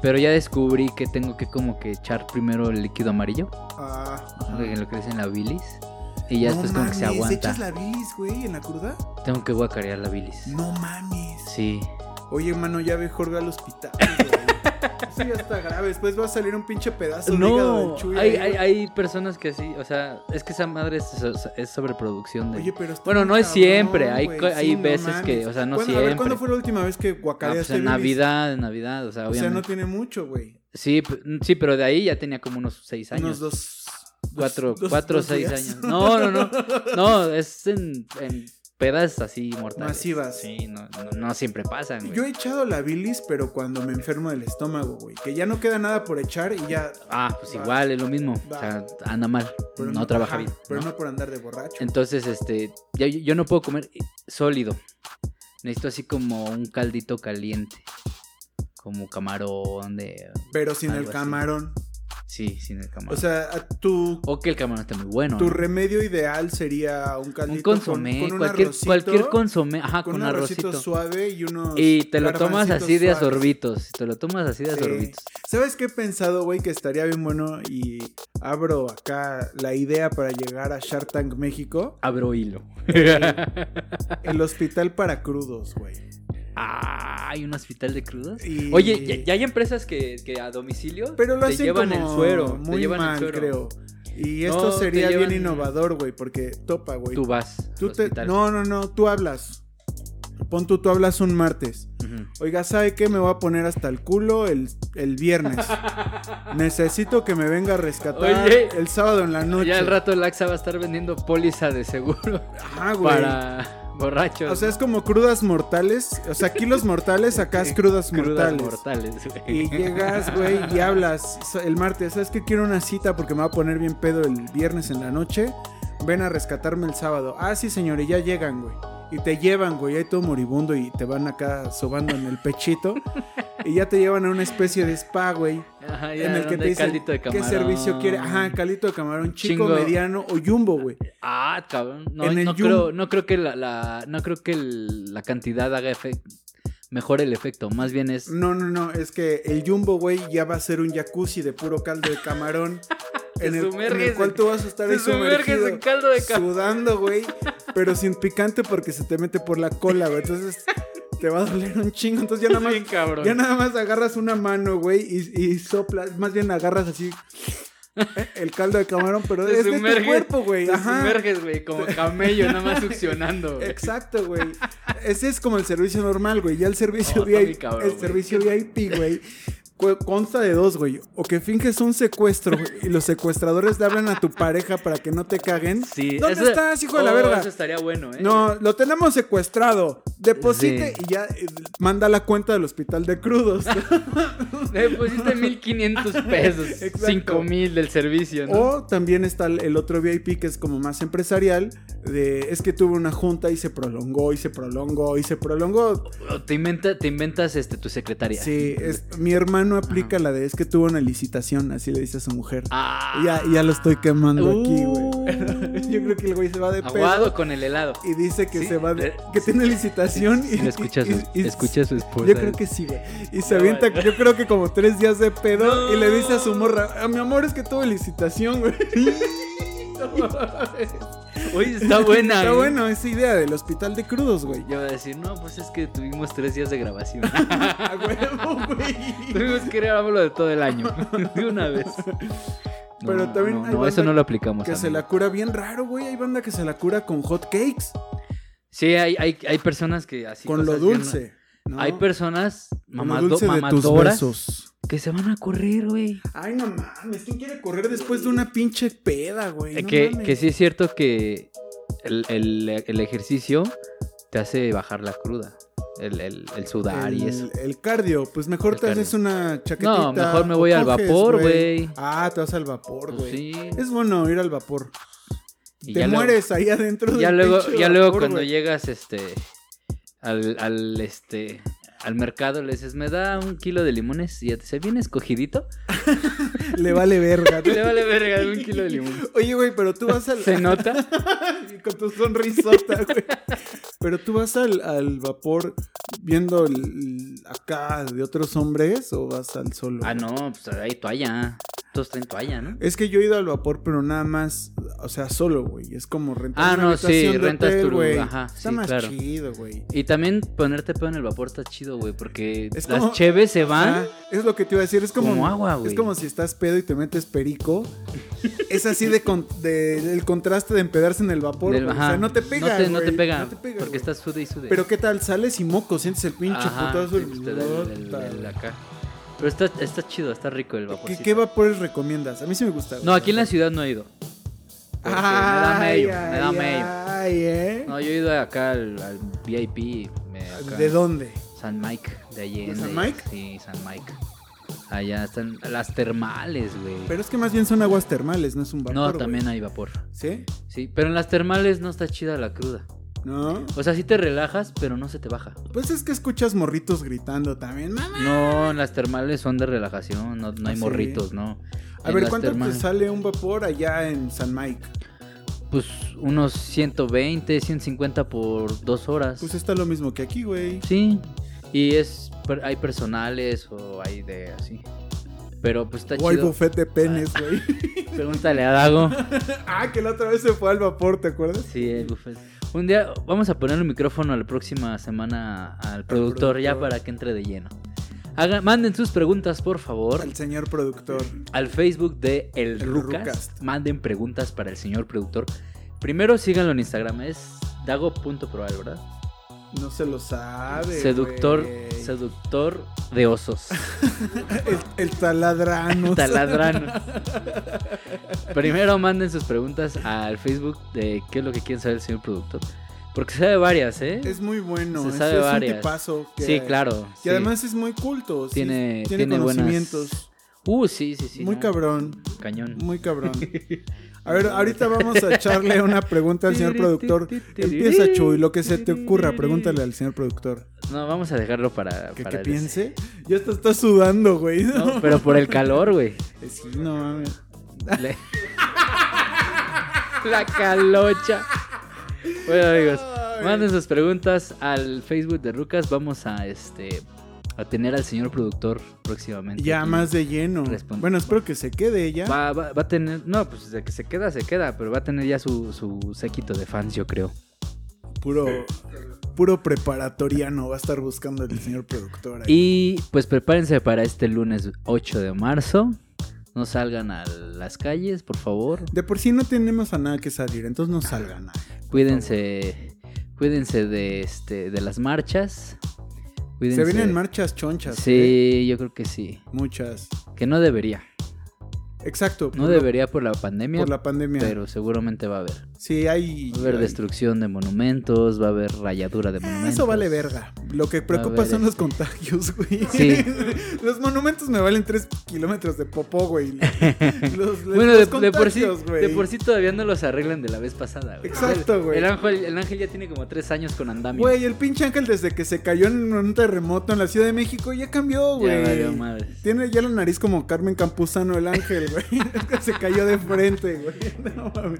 Speaker 1: Pero ya descubrí que tengo que como que echar primero el líquido amarillo.
Speaker 2: Ah, ajá.
Speaker 1: Lo que le dicen la bilis. Y ya
Speaker 2: no
Speaker 1: después como que se
Speaker 2: mames,
Speaker 1: aguanta.
Speaker 2: ¿Echas la bilis, güey, en la cruda?
Speaker 1: Tengo que guacarear la bilis.
Speaker 2: No mames.
Speaker 1: Sí.
Speaker 2: Oye, hermano, ya ve Jorge al hospital, güey. Eso ya está grave. Después va a salir un pinche pedazo de ¿eh? hígado
Speaker 1: No,
Speaker 2: del Chuy.
Speaker 1: hay,
Speaker 2: ahí,
Speaker 1: hay,
Speaker 2: güey.
Speaker 1: hay personas que sí, o sea, es que esa madre es, es sobreproducción de...
Speaker 2: Oye, pero está
Speaker 1: bueno,
Speaker 2: muy
Speaker 1: no es siempre, hay
Speaker 2: güey.
Speaker 1: co- hay veces
Speaker 2: mames.
Speaker 1: que, o sea, no
Speaker 2: ¿Cuándo- A ver, ¿cuándo
Speaker 1: siempre.
Speaker 2: fue la última vez que
Speaker 1: Ah, pues,
Speaker 2: guacareaste
Speaker 1: en
Speaker 2: bilis?
Speaker 1: Navidad, en Navidad, o sea,
Speaker 2: O sea,
Speaker 1: obviamente.
Speaker 2: no tiene mucho, güey.
Speaker 1: sí, p- sí, pero de ahí ya tenía como unos seis años.
Speaker 2: Unos dos... dos-
Speaker 1: cuatro,
Speaker 2: dos-
Speaker 1: cuatro o
Speaker 2: dos
Speaker 1: seis
Speaker 2: días.
Speaker 1: años. No, no, no. No, es en, en pedas así mortales.
Speaker 2: Masivas.
Speaker 1: Sí, no, no, no siempre pasan, güey.
Speaker 2: Yo he echado la bilis, pero cuando me enfermo del estómago, güey. Que ya no queda nada por echar y ya.
Speaker 1: Ah, pues
Speaker 2: Va.
Speaker 1: igual, es lo mismo.
Speaker 2: Va.
Speaker 1: O sea, anda mal.
Speaker 2: pero
Speaker 1: no trabaja
Speaker 2: ajá,
Speaker 1: bien.
Speaker 2: Pero
Speaker 1: ¿no?
Speaker 2: no. por andar de borracho.
Speaker 1: Entonces, este, ya- yo, yo no puedo comer sólido. Necesito así como un caldito caliente. Como camarón de...
Speaker 2: Pero sin
Speaker 1: Algo
Speaker 2: el
Speaker 1: así.
Speaker 2: camarón.
Speaker 1: Sí, sin el camarón.
Speaker 2: O
Speaker 1: O, sea,
Speaker 2: sea, a tu,
Speaker 1: o que el camarón esté muy bueno.
Speaker 2: tu
Speaker 1: ¿no?
Speaker 2: remedio ideal sería un caldito
Speaker 1: Un consomé,
Speaker 2: con, con un
Speaker 1: cualquier,
Speaker 2: arrocito,
Speaker 1: cualquier consomé. Ajá,
Speaker 2: con
Speaker 1: con,
Speaker 2: un arrocito,
Speaker 1: arrocito.
Speaker 2: suave y unos
Speaker 1: Y te lo tomas
Speaker 2: garbancitos
Speaker 1: así de a
Speaker 2: suaves.
Speaker 1: sorbitos. Te lo tomas así de a
Speaker 2: Sí.
Speaker 1: sorbitos.
Speaker 2: ¿Sabes qué he pensado, güey? Que estaría bien bueno y abro acá la idea para llegar a Shark Tank México.
Speaker 1: Abro hilo.
Speaker 2: El hospital para crudos, güey.
Speaker 1: ah, hay un hospital de crudas.
Speaker 2: Y-
Speaker 1: Oye, ya, ya hay empresas que, que a domicilio
Speaker 2: Pero lo
Speaker 1: te
Speaker 2: hacen
Speaker 1: llevan
Speaker 2: como
Speaker 1: el suero.
Speaker 2: muy
Speaker 1: te llevan
Speaker 2: mal,
Speaker 1: el suero.
Speaker 2: creo. Y
Speaker 1: No,
Speaker 2: esto
Speaker 1: te
Speaker 2: sería
Speaker 1: llevan-
Speaker 2: bien innovador, güey, porque topa, güey.
Speaker 1: Tú vas.
Speaker 2: Tú
Speaker 1: al
Speaker 2: te-
Speaker 1: hospital.
Speaker 2: No, no, no, tú hablas. Pon tú, tú hablas un martes.
Speaker 1: Ujú.
Speaker 2: Oiga, ¿sabe qué? Me voy a poner hasta el culo el, el viernes. Necesito que me venga a rescatar
Speaker 1: Oye.
Speaker 2: el sábado en la noche.
Speaker 1: Ya al rato el AXA va a estar vendiendo póliza de seguro
Speaker 2: Ajá, güey.
Speaker 1: para borrachos.
Speaker 2: O sea, es como crudas mortales. O sea, aquí los mortales, acá es crudas,
Speaker 1: crudas
Speaker 2: mortales.
Speaker 1: mortales. güey.
Speaker 2: Y llegas, güey, y hablas so- el martes. ¿Sabes que Quiero una cita porque me va a poner bien pedo el viernes en la noche. Ven a rescatarme el sábado. Ah, sí, señores, ya llegan, güey. Y te llevan, güey, ahí todo moribundo y te van acá sobando en el pechito. y ya te llevan a una especie de spa, güey.
Speaker 1: Ajá, ya
Speaker 2: en el
Speaker 1: donde
Speaker 2: que te
Speaker 1: hay
Speaker 2: dicen
Speaker 1: caldito de
Speaker 2: qué
Speaker 1: camarón.
Speaker 2: servicio quiere. Ajá, calito de camarón chico,
Speaker 1: Chingo.
Speaker 2: mediano o jumbo, güey.
Speaker 1: Ah, cabrón. No,
Speaker 2: En el
Speaker 1: no
Speaker 2: Yum.
Speaker 1: creo, no creo que la, la- no creo que el- la cantidad haga efecto. Mejore el efecto. Más bien es.
Speaker 2: No, no, no, es que el jumbo, güey, ya va a ser un jacuzzi de puro caldo de camarón.
Speaker 1: Te
Speaker 2: en, el, en el
Speaker 1: sumerges
Speaker 2: cual
Speaker 1: en-
Speaker 2: tú vas a estar
Speaker 1: te
Speaker 2: ahí
Speaker 1: sumerges
Speaker 2: sumergido,
Speaker 1: en caldo de cam-
Speaker 2: Sudando, güey, pero sin picante porque se te mete por la cola, güey. Entonces te va a doler un chingo. Entonces ya nada más,
Speaker 1: Bien cabrón.
Speaker 2: ya nada más agarras una mano, güey, y, y soplas. Más bien agarras así el caldo de camarón, pero
Speaker 1: Te
Speaker 2: es de tu
Speaker 1: sumerges,
Speaker 2: cuerpo, güey.
Speaker 1: Te
Speaker 2: Ajá.
Speaker 1: sumerges, güey, como camello, nada más succionando. güey.
Speaker 2: Exacto, güey. Ese es como el servicio normal, güey. Ya el
Speaker 1: No,
Speaker 2: servicio
Speaker 1: Oh, está muy
Speaker 2: VIP,
Speaker 1: cabrón,
Speaker 2: el
Speaker 1: güey.
Speaker 2: servicio VIP, güey. cu- Consta de dos, güey. O que finges un secuestro güey, y los secuestradores le hablan a tu pareja para que no te caguen.
Speaker 1: Sí,
Speaker 2: ¿Dónde
Speaker 1: eso-
Speaker 2: estás, hijo de la
Speaker 1: Oh,
Speaker 2: verga?
Speaker 1: Eso estaría bueno, ¿eh?
Speaker 2: No, lo tenemos secuestrado. Deposite
Speaker 1: Sí.
Speaker 2: y ya eh, manda la cuenta del hospital de crudos.
Speaker 1: Le pusiste 1500 pesos,
Speaker 2: Exacto. Oh.
Speaker 1: 5000 del servicio, ¿no?
Speaker 2: O también está el el otro VIP que es como más empresarial. De, es que tuve una junta y se prolongó y se prolongó y se prolongó.
Speaker 1: O te, inventa- te inventas este, tu secretaria.
Speaker 2: Sí, es, mi hermano aplica la de es que tuvo una licitación, así le dice a su mujer.
Speaker 1: Ah.
Speaker 2: Ya, ya lo estoy quemando aquí,
Speaker 1: Uh.
Speaker 2: güey. Yo creo que el güey se va de
Speaker 1: Aguado
Speaker 2: pedo
Speaker 1: con el helado.
Speaker 2: y dice que
Speaker 1: Sí,
Speaker 2: se va de,
Speaker 1: eh,
Speaker 2: que tiene licitación y,
Speaker 1: Si lo escuchas,
Speaker 2: y- y-
Speaker 1: escucha a su esposa.
Speaker 2: Yo creo que sí, güey. Y se
Speaker 1: No,
Speaker 2: avienta,
Speaker 1: vale.
Speaker 2: yo creo que como tres días de pedo
Speaker 1: Ah, No.
Speaker 2: y le dice a su morra, "Ah, mi amor, es que tuve licitación, güey.
Speaker 1: Oye, está buena.
Speaker 2: Está
Speaker 1: ¿eh?
Speaker 2: bueno esa idea del hospital de crudos, güey.
Speaker 1: Yo voy a decir, no, pues es que tuvimos tres días de grabación.
Speaker 2: A huevo, güey.
Speaker 1: tuvimos que grabarlo de todo el año. De una vez. No,
Speaker 2: Pero también
Speaker 1: No,
Speaker 2: hay
Speaker 1: no, eso
Speaker 2: banda
Speaker 1: no lo aplicamos.
Speaker 2: Que se
Speaker 1: amigo.
Speaker 2: la cura bien raro, güey. Hay banda que se la cura con hot cakes,
Speaker 1: Sí, hay, hay, hay personas que así.
Speaker 2: con lo
Speaker 1: cosas bien-
Speaker 2: dulce. ¿no?
Speaker 1: Hay personas
Speaker 2: Con lo
Speaker 1: mamado-
Speaker 2: dulce de tus
Speaker 1: mamadoras
Speaker 2: besos.
Speaker 1: que se van a correr, güey.
Speaker 2: Ay, no mames, ¿quién quiere correr después de una pinche peda, güey?
Speaker 1: Eh,
Speaker 2: No
Speaker 1: que,
Speaker 2: mames.
Speaker 1: que sí es cierto que el, el- el ejercicio te hace bajar la cruda. El, el- el sudar y
Speaker 2: El,
Speaker 1: eso.
Speaker 2: el cardio, pues mejor
Speaker 1: El
Speaker 2: te haces
Speaker 1: cardio.
Speaker 2: una chaquetita.
Speaker 1: No, mejor me voy
Speaker 2: o
Speaker 1: al vapor, güey.
Speaker 2: Ah, te vas al vapor,
Speaker 1: Pues
Speaker 2: güey.
Speaker 1: sí.
Speaker 2: Es bueno ir al vapor.
Speaker 1: Y
Speaker 2: te
Speaker 1: ya luego-
Speaker 2: mueres ahí adentro
Speaker 1: ya
Speaker 2: del
Speaker 1: luego,
Speaker 2: pinche
Speaker 1: ya luego
Speaker 2: vapor,
Speaker 1: cuando
Speaker 2: güey.
Speaker 1: llegas este al, al este al mercado le dices, me da un kilo de limones y ya te dice, bien escogidito.
Speaker 2: Le vale verga.
Speaker 1: Le vale verga un kilo de limones.
Speaker 2: Oye, güey, pero tú vas al.
Speaker 1: Se nota.
Speaker 2: Y con tu sonrisota, güey. Pero tú vas al, al vapor viendo el- el- acá de otros hombres o vas al solo.
Speaker 1: Ah,
Speaker 2: güey?
Speaker 1: no, pues hay toalla. Todos traen toalla, ¿no?
Speaker 2: Es que yo he ido al vapor, pero nada más, o sea, solo, güey. Es como rentar.
Speaker 1: Ah,
Speaker 2: una
Speaker 1: no, sí,
Speaker 2: habitación de
Speaker 1: rentas
Speaker 2: hotel,
Speaker 1: tu-
Speaker 2: güey.
Speaker 1: ajá,
Speaker 2: Está
Speaker 1: sí,
Speaker 2: más
Speaker 1: claro.
Speaker 2: chido, güey.
Speaker 1: Y también ponerte pedo en el vapor está chido, güey, porque
Speaker 2: Es
Speaker 1: las
Speaker 2: como-
Speaker 1: cheves se van.
Speaker 2: Ah, es lo que te iba a decir. Es como,
Speaker 1: Como agua, güey.
Speaker 2: Es como si estás pedo y te metes perico. es así de, con- de- el contraste de empedarse en el vapor.
Speaker 1: del-
Speaker 2: güey. O
Speaker 1: ajá.
Speaker 2: sea, no te pega.
Speaker 1: No te, no te
Speaker 2: güey,
Speaker 1: pega.
Speaker 2: no te pega,
Speaker 1: porque
Speaker 2: güey.
Speaker 1: estás sude y sude.
Speaker 2: Pero qué tal, sales y moco, sientes el pinche
Speaker 1: Ajá,
Speaker 2: putazo.
Speaker 1: sí, pues, te da el- el-
Speaker 2: Puta,
Speaker 1: el acá. Pero está, está chido, está rico el vapor.
Speaker 2: ¿Qué, qué vapores recomiendas? A mí sí me gusta. güey.
Speaker 1: No, aquí en la ciudad no he ido. Porque me da
Speaker 2: Ay,
Speaker 1: medio, me da
Speaker 2: ay,
Speaker 1: medio.
Speaker 2: ay, ¿eh?
Speaker 1: No, yo he ido acá al, al VIP. y me- acá.
Speaker 2: ¿De dónde?
Speaker 1: San Mike, de allí.
Speaker 2: ¿De San Mike?
Speaker 1: Sí, San Mike. Allá están las termales, güey.
Speaker 2: Pero es que más bien son aguas termales, no es un vapor.
Speaker 1: no,
Speaker 2: güey.
Speaker 1: también hay vapor.
Speaker 2: ¿Sí?
Speaker 1: Sí, pero en las termales no está chida la cruda.
Speaker 2: ¿No?
Speaker 1: O sea, sí te relajas, pero no se te baja.
Speaker 2: Pues es que escuchas morritos gritando también. Mamá.
Speaker 1: No, en las termales son de relajación, no, no hay
Speaker 2: Ah, Sí.
Speaker 1: morritos, no.
Speaker 2: A
Speaker 1: En
Speaker 2: ver,
Speaker 1: las
Speaker 2: ¿cuánto
Speaker 1: termales,
Speaker 2: te sale un vapor allá en San Mike?
Speaker 1: Pues unos 120, 150 por dos horas.
Speaker 2: Pues está lo mismo que aquí, güey.
Speaker 1: Sí, y es per- hay personales o hay de así. Pero pues está
Speaker 2: O hay
Speaker 1: chido. Ah.
Speaker 2: buffet de penes, güey.
Speaker 1: Pregúntale a Dago.
Speaker 2: ah, que la otra vez se fue al vapor, ¿te acuerdas?
Speaker 1: Sí, el buffet. Un día vamos a poner el micrófono la próxima semana al productor, ya
Speaker 2: productor.
Speaker 1: para que entre de lleno. Hagan, manden sus preguntas, por favor,
Speaker 2: Al señor productor.
Speaker 1: al Facebook de El,
Speaker 2: El
Speaker 1: Rucas.
Speaker 2: Rucast.
Speaker 1: Manden preguntas para el señor productor. Primero síganlo en Instagram, es dago.proal, ¿verdad?
Speaker 2: No se lo sabe.
Speaker 1: seductor,
Speaker 2: güey.
Speaker 1: seductor de osos.
Speaker 2: El, el taladrano.
Speaker 1: Taladrano. Primero manden sus preguntas al Facebook de qué es lo que quieren saber el señor productor. Porque sabe varias, ¿eh?
Speaker 2: Es muy bueno.
Speaker 1: Se
Speaker 2: es-
Speaker 1: sabe
Speaker 2: es
Speaker 1: varias.
Speaker 2: un tipazo. Que,
Speaker 1: sí, claro.
Speaker 2: Y
Speaker 1: sí.
Speaker 2: además es muy culto. sí,
Speaker 1: Tiene-
Speaker 2: tiene,
Speaker 1: tiene buenas-
Speaker 2: conocimientos.
Speaker 1: Uh, sí, sí, sí.
Speaker 2: muy
Speaker 1: no,
Speaker 2: cabrón.
Speaker 1: Cañón.
Speaker 2: Muy cabrón. A ver, ahorita vamos a echarle una pregunta al señor productor. Empieza, Chuy, lo que se te ocurra, pregúntale al señor productor.
Speaker 1: No, vamos a dejarlo para.
Speaker 2: ¿Qué,
Speaker 1: para
Speaker 2: qué
Speaker 1: el-
Speaker 2: piense? Ya está, está sudando, güey. No,
Speaker 1: No, pero por el calor, güey.
Speaker 2: Sí, no mames.
Speaker 1: Le- La calocha. Bueno, amigos,
Speaker 2: Ay.
Speaker 1: manden sus preguntas al Facebook de Rucas. Vamos a este a tener al señor productor próximamente.
Speaker 2: Ya
Speaker 1: aquí.
Speaker 2: más de lleno.
Speaker 1: Responde.
Speaker 2: Bueno, espero que se quede ya.
Speaker 1: Va, va- va a tener. No, pues de que se queda, se queda. Pero va a tener ya su, su séquito de fans, yo creo.
Speaker 2: Puro, puro preparatoriano va a estar buscando el señor productor. ahí.
Speaker 1: Y pues prepárense para este lunes 8 de marzo. No salgan a las calles, por favor.
Speaker 2: De por sí no tenemos a nada que salir, entonces no salgan. ay.
Speaker 1: Cuídense. Cuídense de este de las marchas.
Speaker 2: Se
Speaker 1: Cuídense.
Speaker 2: vienen marchas chonchas. ¿eh?
Speaker 1: Sí, yo creo que sí.
Speaker 2: Muchas.
Speaker 1: Que no debería.
Speaker 2: Exacto.
Speaker 1: No
Speaker 2: por-
Speaker 1: debería por la pandemia,
Speaker 2: Por la pandemia.
Speaker 1: pero seguramente va a haber.
Speaker 2: Sí, hay.
Speaker 1: Va a haber
Speaker 2: hay-
Speaker 1: destrucción de monumentos, va a haber rayadura de
Speaker 2: Ah,
Speaker 1: monumentos.
Speaker 2: Eso vale verga. Lo que preocupa
Speaker 1: haber
Speaker 2: son los
Speaker 1: este-
Speaker 2: contagios, güey.
Speaker 1: Sí.
Speaker 2: los monumentos me valen 3 kilómetros de popó, güey. Los, los-
Speaker 1: Bueno, de,
Speaker 2: los
Speaker 1: de por sí,
Speaker 2: contagios, güey.
Speaker 1: de por sí todavía no los arreglan de la vez pasada, güey.
Speaker 2: Exacto, güey.
Speaker 1: El ángel, el ángel ya tiene como tres años con andamio.
Speaker 2: Güey, el pinche ángel desde que se cayó en un terremoto en la Ciudad de México ya cambió,
Speaker 1: ya
Speaker 2: güey.
Speaker 1: valió madre.
Speaker 2: Tiene ya la nariz como Carmen Campuzano el ángel, güey. Es que se cayó de frente, güey. No mames.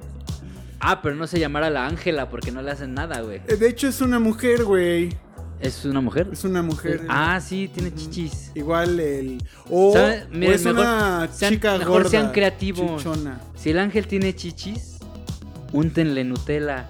Speaker 1: Ah, pero no se llamará la Ángela porque no le hacen nada, güey.
Speaker 2: Eh, De hecho, es una mujer, güey.
Speaker 1: ¿Es una mujer?
Speaker 2: Es una mujer.
Speaker 1: Ah, sí, tiene chichis.
Speaker 2: Igual el. O,
Speaker 1: ¿Sabe?
Speaker 2: o
Speaker 1: Miren,
Speaker 2: es
Speaker 1: mejor
Speaker 2: una
Speaker 1: sean-
Speaker 2: chica
Speaker 1: mejor
Speaker 2: gorda.
Speaker 1: sean creativos.
Speaker 2: chichona.
Speaker 1: Si el ángel tiene chichis, úntenle Nutella.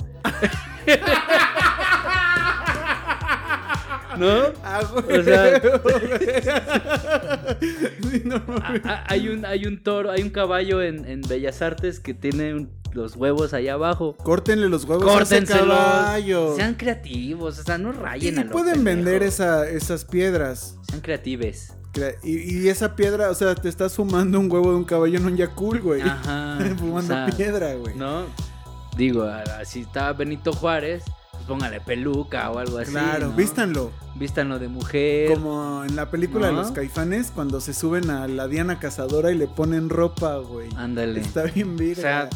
Speaker 1: ¿No?
Speaker 2: Ah, güey.
Speaker 1: O sea-
Speaker 2: Sí, no
Speaker 1: Ah,
Speaker 2: mames.
Speaker 1: ah, hay, un, hay un toro, hay un caballo en, en Bellas Artes que tiene un- los huevos allá abajo.
Speaker 2: Córtenle los huevos a ese caballo.
Speaker 1: Córtenselos. Sean creativos, o sea, no rayen
Speaker 2: Y
Speaker 1: a lo
Speaker 2: pueden vender
Speaker 1: pendejo.
Speaker 2: esa- esas piedras.
Speaker 1: Sean creatives.
Speaker 2: Cre- Y, y esa piedra, o sea, te estás fumando un huevo de un caballo en un yakul, güey.
Speaker 1: Ajá.
Speaker 2: fumando
Speaker 1: o sea,
Speaker 2: piedra, güey.
Speaker 1: ¿No? Digo, a- si está Benito Juárez, pues póngale peluca o algo así.
Speaker 2: claro,
Speaker 1: ¿no?
Speaker 2: vístanlo.
Speaker 1: Vístanlo de mujer.
Speaker 2: Como en la película
Speaker 1: ¿no?
Speaker 2: de los caifanes, cuando se suben a la Diana Cazadora y le ponen ropa, güey.
Speaker 1: Ándale.
Speaker 2: Está bien
Speaker 1: O
Speaker 2: virga.
Speaker 1: sea,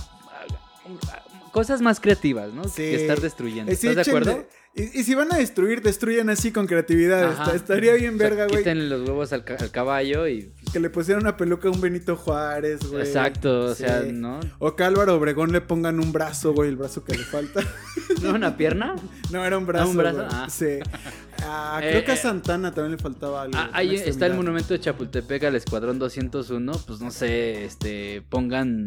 Speaker 1: cosas más creativas, ¿no?
Speaker 2: Sí.
Speaker 1: Que estar destruyendo.
Speaker 2: Eh, sí,
Speaker 1: ¿Estás de
Speaker 2: échenle-
Speaker 1: acuerdo?
Speaker 2: Y, y si van a destruir, destruyan así con creatividad.
Speaker 1: Ajá.
Speaker 2: Está- estaría bien
Speaker 1: O sea,
Speaker 2: verga, güey.
Speaker 1: Quítenle los huevos al, ca- al caballo y.
Speaker 2: Que le pusieran una peluca a un Benito Juárez, güey.
Speaker 1: Exacto, o
Speaker 2: Sí.
Speaker 1: sea, ¿no?
Speaker 2: O que a Álvaro Obregón le pongan un brazo, güey, el brazo que le falta.
Speaker 1: ¿No una pierna?
Speaker 2: No, era un brazo.
Speaker 1: un brazo,
Speaker 2: güey.
Speaker 1: ah.
Speaker 2: Sí. Ah,
Speaker 1: Eh,
Speaker 2: creo que a
Speaker 1: eh.
Speaker 2: Santana también le faltaba algo. este
Speaker 1: Ah,
Speaker 2: una
Speaker 1: ahí está el
Speaker 2: extremidad.
Speaker 1: monumento de Chapultepec al Escuadrón 201. Pues no sé, este, pongan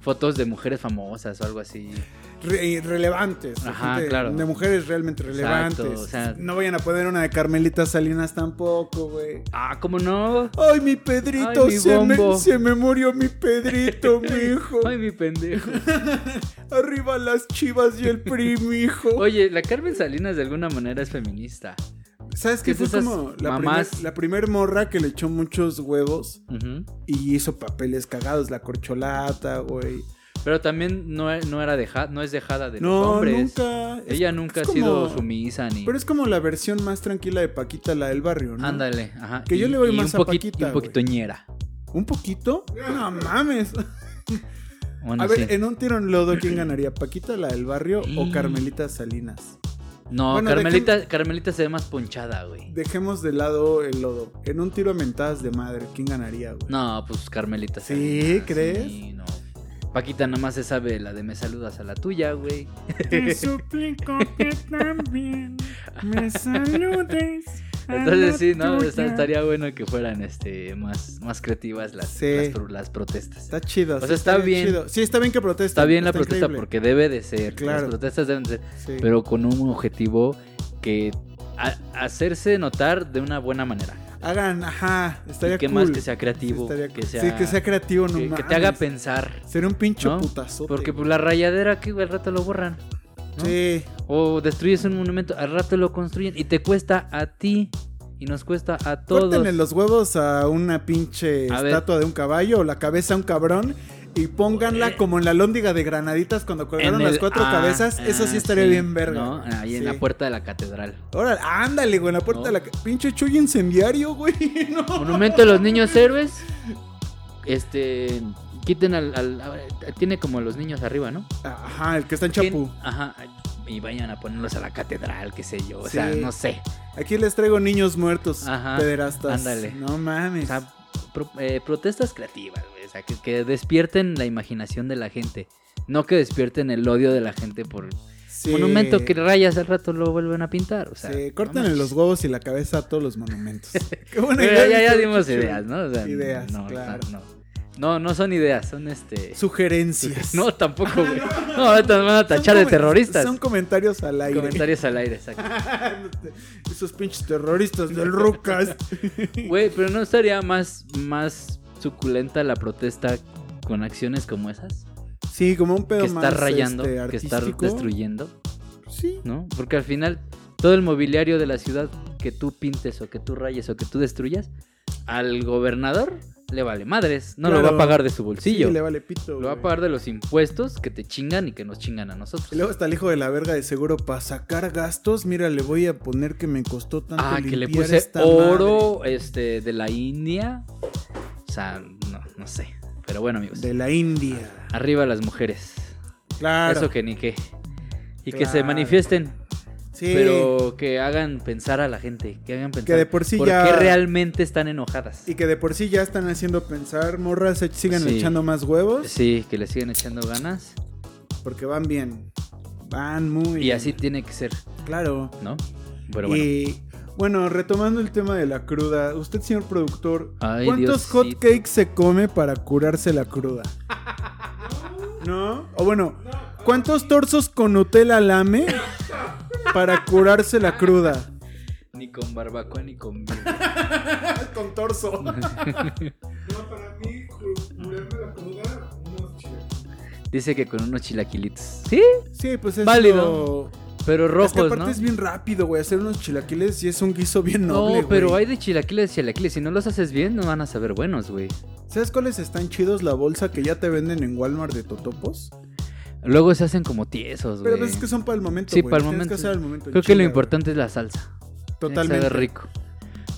Speaker 1: fotos de mujeres famosas o algo así.
Speaker 2: Re- eh, relevantes. de
Speaker 1: Ajá,
Speaker 2: gente-
Speaker 1: claro.
Speaker 2: De mujeres realmente relevantes.
Speaker 1: Exacto, o sea-
Speaker 2: No vayan a poner una de Carmelita Salinas tampoco, güey.
Speaker 1: Ah, ¿cómo no?
Speaker 2: Ay, mi Pedrito,
Speaker 1: Ay, mi
Speaker 2: se, me,
Speaker 1: bombo.
Speaker 2: se me murió mi Pedrito, mijo.
Speaker 1: Ay, mi pendejo.
Speaker 2: Arriba las chivas y el PRI, mijo.
Speaker 1: Oye, la Carmen Salinas de alguna manera es feminista.
Speaker 2: ¿Sabes qué?
Speaker 1: es
Speaker 2: Fue
Speaker 1: esas
Speaker 2: como la,
Speaker 1: mamás-
Speaker 2: primer- la primer morra que le echó muchos huevos
Speaker 1: Ujú.
Speaker 2: y hizo papeles cagados, la corcholata, güey.
Speaker 1: Pero también no, e- no era deja, no es dejada de los
Speaker 2: No,
Speaker 1: hombres.
Speaker 2: nunca. Es-
Speaker 1: Ella nunca
Speaker 2: es
Speaker 1: ha sido
Speaker 2: como-
Speaker 1: sumisa ni.
Speaker 2: Pero es como la versión más tranquila de Paquita, la del barrio, ¿no?
Speaker 1: Ándale, ajá.
Speaker 2: Que yo le voy más
Speaker 1: un
Speaker 2: a
Speaker 1: poquit-
Speaker 2: Paquita,
Speaker 1: y un poquito ñera.
Speaker 2: ¿Un poquito? No mames.
Speaker 1: Bueno,
Speaker 2: A ver,
Speaker 1: sí. Mm.
Speaker 2: en un tiro en lodo, ¿quién ganaría? ¿Paquita, la del barrio o Carmelita Salinas?
Speaker 1: No,
Speaker 2: bueno,
Speaker 1: Carmelita, Carmelita se ve más ponchada, güey.
Speaker 2: Dejemos de lado el lodo. En un tiro a mentadas de madre, ¿quién ganaría, güey?
Speaker 1: No, pues Carmelita
Speaker 2: ¿Sí?
Speaker 1: Salinas,
Speaker 2: ¿Crees?
Speaker 1: sí, no. Paquita nada más se sabe la de me saludas a la tuya, güey.
Speaker 4: Te suplico que también me saludes. a
Speaker 1: Entonces
Speaker 4: la
Speaker 1: sí, no,
Speaker 4: tuya.
Speaker 1: Está- estaría bueno que fueran este más, más creativas las,
Speaker 2: Sí.
Speaker 1: las pro- las protestas.
Speaker 2: Está chida.
Speaker 1: O sea,
Speaker 2: sí,
Speaker 1: está bien.
Speaker 2: chido. Sí, está bien que proteste.
Speaker 1: Está bien la protesta porque debe de ser.
Speaker 2: Claro.
Speaker 1: Las protestas deben de ser, pero con un objetivo que a- hacerse notar de una buena manera.
Speaker 2: Hagan, ajá. Estaría
Speaker 1: y que
Speaker 2: cool.
Speaker 1: más que sea creativo,
Speaker 2: Sí, estaría
Speaker 1: que
Speaker 2: cool.
Speaker 1: sea,
Speaker 2: Sí, que sea creativo, no
Speaker 1: que- que
Speaker 2: mames.
Speaker 1: te haga pensar,
Speaker 2: Sería un pinche
Speaker 1: ¿no?
Speaker 2: putazote.
Speaker 1: porque
Speaker 2: güey.
Speaker 1: pues, la rayadera que al rato lo borran. ¿no?
Speaker 2: Sí.
Speaker 1: O destruyes un monumento, al rato lo construyen y te cuesta a ti y nos cuesta a todos.
Speaker 2: Córtenle los huevos a una pinche
Speaker 1: A ver.
Speaker 2: estatua de un caballo o la cabeza a un cabrón y pónganla
Speaker 1: Eh.
Speaker 2: como en la lóndiga de granaditas cuando colgaron
Speaker 1: En
Speaker 2: las
Speaker 1: el-
Speaker 2: cuatro
Speaker 1: ah,
Speaker 2: cabezas. Eso
Speaker 1: ah,
Speaker 2: sí estaría bien verga.
Speaker 1: ¿no? Ahí en
Speaker 2: Sí.
Speaker 1: la puerta de la catedral.
Speaker 2: Órale, ándale, güey, en la puerta
Speaker 1: No.
Speaker 2: de la ca- pinche chuy incendiario, güey. No.
Speaker 1: Monumento de los niños héroes. Este Quiten al, al- a- Tiene como los niños arriba, ¿no?
Speaker 2: Ajá, el que está en Chapu.
Speaker 1: Quien- Ajá. Y vayan a ponerlos a la catedral, qué sé yo. O sea,
Speaker 2: Sí.
Speaker 1: no sé.
Speaker 2: Aquí les traigo niños muertos,
Speaker 1: Ajá,
Speaker 2: pederastas.
Speaker 1: ándale.
Speaker 2: No
Speaker 1: O
Speaker 2: mames.
Speaker 1: sea, pro- eh, protestas creativas, güey. O sea, que, que despierten la imaginación de la gente. No que despierten el odio de la gente por
Speaker 2: Sí.
Speaker 1: monumento que rayas al rato lo vuelven a pintar. O sea,
Speaker 2: sí,
Speaker 1: no
Speaker 2: córtenle
Speaker 1: mames.
Speaker 2: los huevos y la cabeza a todos los monumentos. Qué buena
Speaker 1: Pero
Speaker 2: idea,
Speaker 1: ya, ya
Speaker 2: Víctor.
Speaker 1: dimos
Speaker 2: Chuchu.
Speaker 1: ideas, ¿no? O sea,
Speaker 2: Ideas,
Speaker 1: no,
Speaker 2: claro.
Speaker 1: no, no, no son ideas, son este.
Speaker 2: Sugerencias.
Speaker 1: No,
Speaker 2: Ah,
Speaker 1: tampoco, güey. No, ahorita nos van a
Speaker 2: Son
Speaker 1: tachar de
Speaker 2: comen-
Speaker 1: terroristas.
Speaker 2: Son comentarios al aire.
Speaker 1: Comentarios al aire, exacto.
Speaker 2: Esos pinches terroristas del Rucas.
Speaker 1: Güey, pero ¿no estaría más, más suculenta la protesta con acciones como esas?
Speaker 2: Sí, como un pedo
Speaker 1: que está
Speaker 2: más
Speaker 1: rayando,
Speaker 2: este,
Speaker 1: que está
Speaker 2: artístico.
Speaker 1: destruyendo,
Speaker 2: Sí.
Speaker 1: ¿no? Porque al final, todo el mobiliario de la ciudad que tú pintes o que tú rayes o que tú destruyas, al gobernador le vale madres. No lo va
Speaker 2: Claro.
Speaker 1: a pagar de su bolsillo.
Speaker 2: Sí, le vale pito.
Speaker 1: Lo va a
Speaker 2: güey.
Speaker 1: pagar de los impuestos que te chingan y que nos chingan a nosotros.
Speaker 2: Y luego está el hijo de la verga de seguro para sacar gastos. Mira, le voy a poner que me costó tanto.
Speaker 1: ah, que le
Speaker 2: limpiar
Speaker 1: puse
Speaker 2: esta
Speaker 1: oro este, de la India. O sea, no, no sé. Pero bueno, amigos.
Speaker 2: madre. De la India.
Speaker 1: Arriba las mujeres.
Speaker 2: Claro.
Speaker 1: Eso que ni qué. Y que se
Speaker 2: Claro.
Speaker 1: manifiesten,
Speaker 2: sí.
Speaker 1: pero que hagan pensar a la gente, que hagan pensar
Speaker 2: Que de por sí
Speaker 1: por
Speaker 2: ya-
Speaker 1: qué realmente están enojadas.
Speaker 2: Y que de por sí ya están haciendo pensar, morras, eh, sigan
Speaker 1: Sí.
Speaker 2: echando más huevos.
Speaker 1: Sí, que le siguen echando ganas.
Speaker 2: Porque van bien. Van muy
Speaker 1: Y
Speaker 2: bien.
Speaker 1: así tiene que ser,
Speaker 2: Claro.
Speaker 1: ¿no? Pero bueno.
Speaker 2: Y bueno, retomando el tema de la cruda, usted, señor productor,
Speaker 1: Ay,
Speaker 2: ¿cuántos
Speaker 1: Diosito.
Speaker 2: hotcakes se come para curarse la cruda? ¿No? O bueno, ¿cuántos torsos con Nutella lame para curarse la cruda?
Speaker 1: Ni con barbacoa ni con
Speaker 2: Con torso.
Speaker 3: No, para mí, cu- curarme la cruda, unos chilequiles.
Speaker 1: Dice que con unos chilaquilitos. Sí,
Speaker 2: Sí, pues es
Speaker 1: Válido.
Speaker 2: lo-
Speaker 1: pero
Speaker 2: Es
Speaker 1: rojos,
Speaker 2: que aparte
Speaker 1: ¿no?
Speaker 2: es bien rápido, güey, hacer unos chilaquiles y es un guiso bien
Speaker 1: No,
Speaker 2: noble,
Speaker 1: pero
Speaker 2: güey.
Speaker 1: hay de chilaquiles a chilaquiles. Si no los haces bien, no van a saber buenos, güey.
Speaker 2: ¿Sabes cuáles están chidos la bolsa que ya te venden en Walmart de totopos?
Speaker 1: Luego se hacen como tiesos, güey.
Speaker 2: Pero pues es que son para el momento,
Speaker 1: Sí,
Speaker 2: güey,
Speaker 1: para el
Speaker 2: los tienes
Speaker 1: momento.
Speaker 2: que hacer al momento
Speaker 1: Creo
Speaker 2: en
Speaker 1: que lo
Speaker 2: chinga, güey.
Speaker 1: importante es la salsa. Tiene que saber
Speaker 2: Totalmente.
Speaker 1: rico.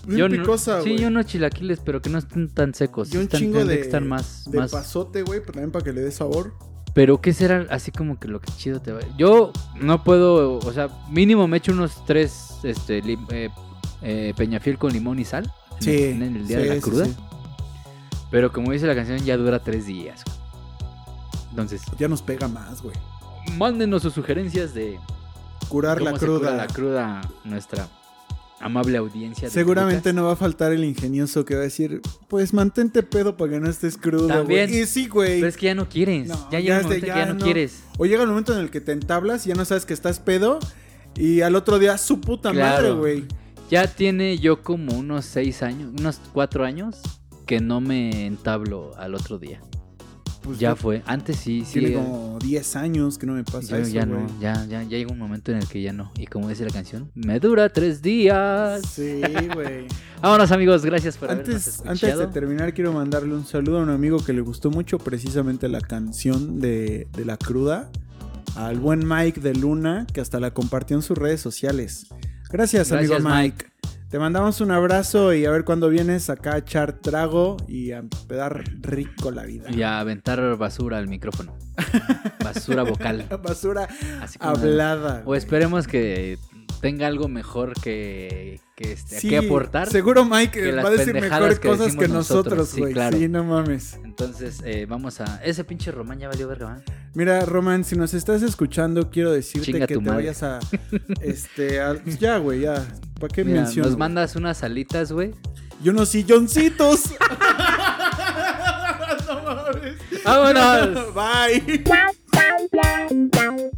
Speaker 2: Bien
Speaker 1: Yo no-
Speaker 2: picosa,
Speaker 1: sí,
Speaker 2: güey.
Speaker 1: yo unos chilaquiles, pero que no estén tan secos.
Speaker 2: Y un
Speaker 1: están,
Speaker 2: chingo
Speaker 1: tendrían
Speaker 2: de,
Speaker 1: que estar más,
Speaker 2: de
Speaker 1: más-
Speaker 2: pasote, güey, pero también para que le dé sabor.
Speaker 1: Pero qué será así como que lo que chido te va. Yo no puedo, o sea, mínimo me echo unos tres, este, lim- eh, eh, peñafiel con limón y sal. en- en, el día
Speaker 2: sí,
Speaker 1: de
Speaker 2: sí,
Speaker 1: la cruda.
Speaker 2: sí.
Speaker 1: Pero como dice la canción, ya dura tres días. güey. Entonces,
Speaker 2: Ya nos pega más, güey.
Speaker 1: mándenos sus sugerencias de
Speaker 2: Curar la
Speaker 1: cómo se cura
Speaker 2: cruda.
Speaker 1: la cruda a nuestra amable audiencia. de
Speaker 2: Seguramente
Speaker 1: crudas.
Speaker 2: no va a faltar el ingenioso que va a decir, pues mantente pedo para que no estés crudo,
Speaker 1: También.
Speaker 2: güey. Y sí, güey.
Speaker 1: Pero es que ya no quieres.
Speaker 2: No,
Speaker 1: ya llega
Speaker 2: ya
Speaker 1: un
Speaker 2: es
Speaker 1: momento
Speaker 2: de
Speaker 1: que
Speaker 2: ya
Speaker 1: ya no,
Speaker 2: no.
Speaker 1: quieres.
Speaker 2: O llega el momento en el que te entablas y ya no sabes que estás pedo. Y al otro día, su puta
Speaker 1: Claro.
Speaker 2: madre, güey.
Speaker 1: Ya tiene yo como unos seis años, unos cuatro años que no me entablo al otro día.
Speaker 2: Pues,
Speaker 1: ya
Speaker 2: güey,
Speaker 1: fue. Antes sí, sí.
Speaker 2: Tiene
Speaker 1: eh,
Speaker 2: como 10 años que no me pasa
Speaker 1: yo
Speaker 2: eso,
Speaker 1: ya
Speaker 2: güey.
Speaker 1: no, ya, ya, ya llega un momento en el que ya no. Y como dice la canción, me dura tres días.
Speaker 2: Sí, güey.
Speaker 1: Vámonos amigos, gracias por habernos
Speaker 2: Antes,
Speaker 1: escuchado.
Speaker 2: antes de terminar, quiero mandarle un saludo a un amigo que le gustó mucho precisamente la canción de, de La Cruda, al buen Mike de Luna, que hasta la compartió en sus redes sociales. Gracias, amigo
Speaker 1: Gracias,
Speaker 2: Mike. Te mandamos un abrazo y a ver cuándo vienes acá a echar trago y a pedar rico la vida.
Speaker 1: Y a aventar basura al micrófono. basura vocal.
Speaker 2: Basura
Speaker 1: Así como-
Speaker 2: hablada.
Speaker 1: O
Speaker 2: güey.
Speaker 1: esperemos que tenga algo mejor que, que, este,
Speaker 2: Sí,
Speaker 1: que aportar.
Speaker 2: Seguro Mike
Speaker 1: que
Speaker 2: va a
Speaker 1: las
Speaker 2: decir
Speaker 1: pendejadas
Speaker 2: mejores
Speaker 1: que
Speaker 2: cosas que
Speaker 1: decimos nosotros,
Speaker 2: nosotros,
Speaker 1: sí,
Speaker 2: güey. Sí,
Speaker 1: claro.
Speaker 2: no mames.
Speaker 1: Entonces, eh, vamos a. Ese pinche Román ya valió verga, ¿va?
Speaker 2: Mira, Román, si nos estás escuchando, quiero decirte
Speaker 1: Chinga
Speaker 2: que
Speaker 1: tu
Speaker 2: te
Speaker 1: madre.
Speaker 2: vayas a. Este. a- ya, güey, ya. ¿Para qué
Speaker 1: Mira,
Speaker 2: menciono?
Speaker 1: nos mandas unas alitas, güey.
Speaker 2: güey? Y unos silloncitos.
Speaker 1: ¡Vámonos!
Speaker 2: Bye.
Speaker 4: Bye.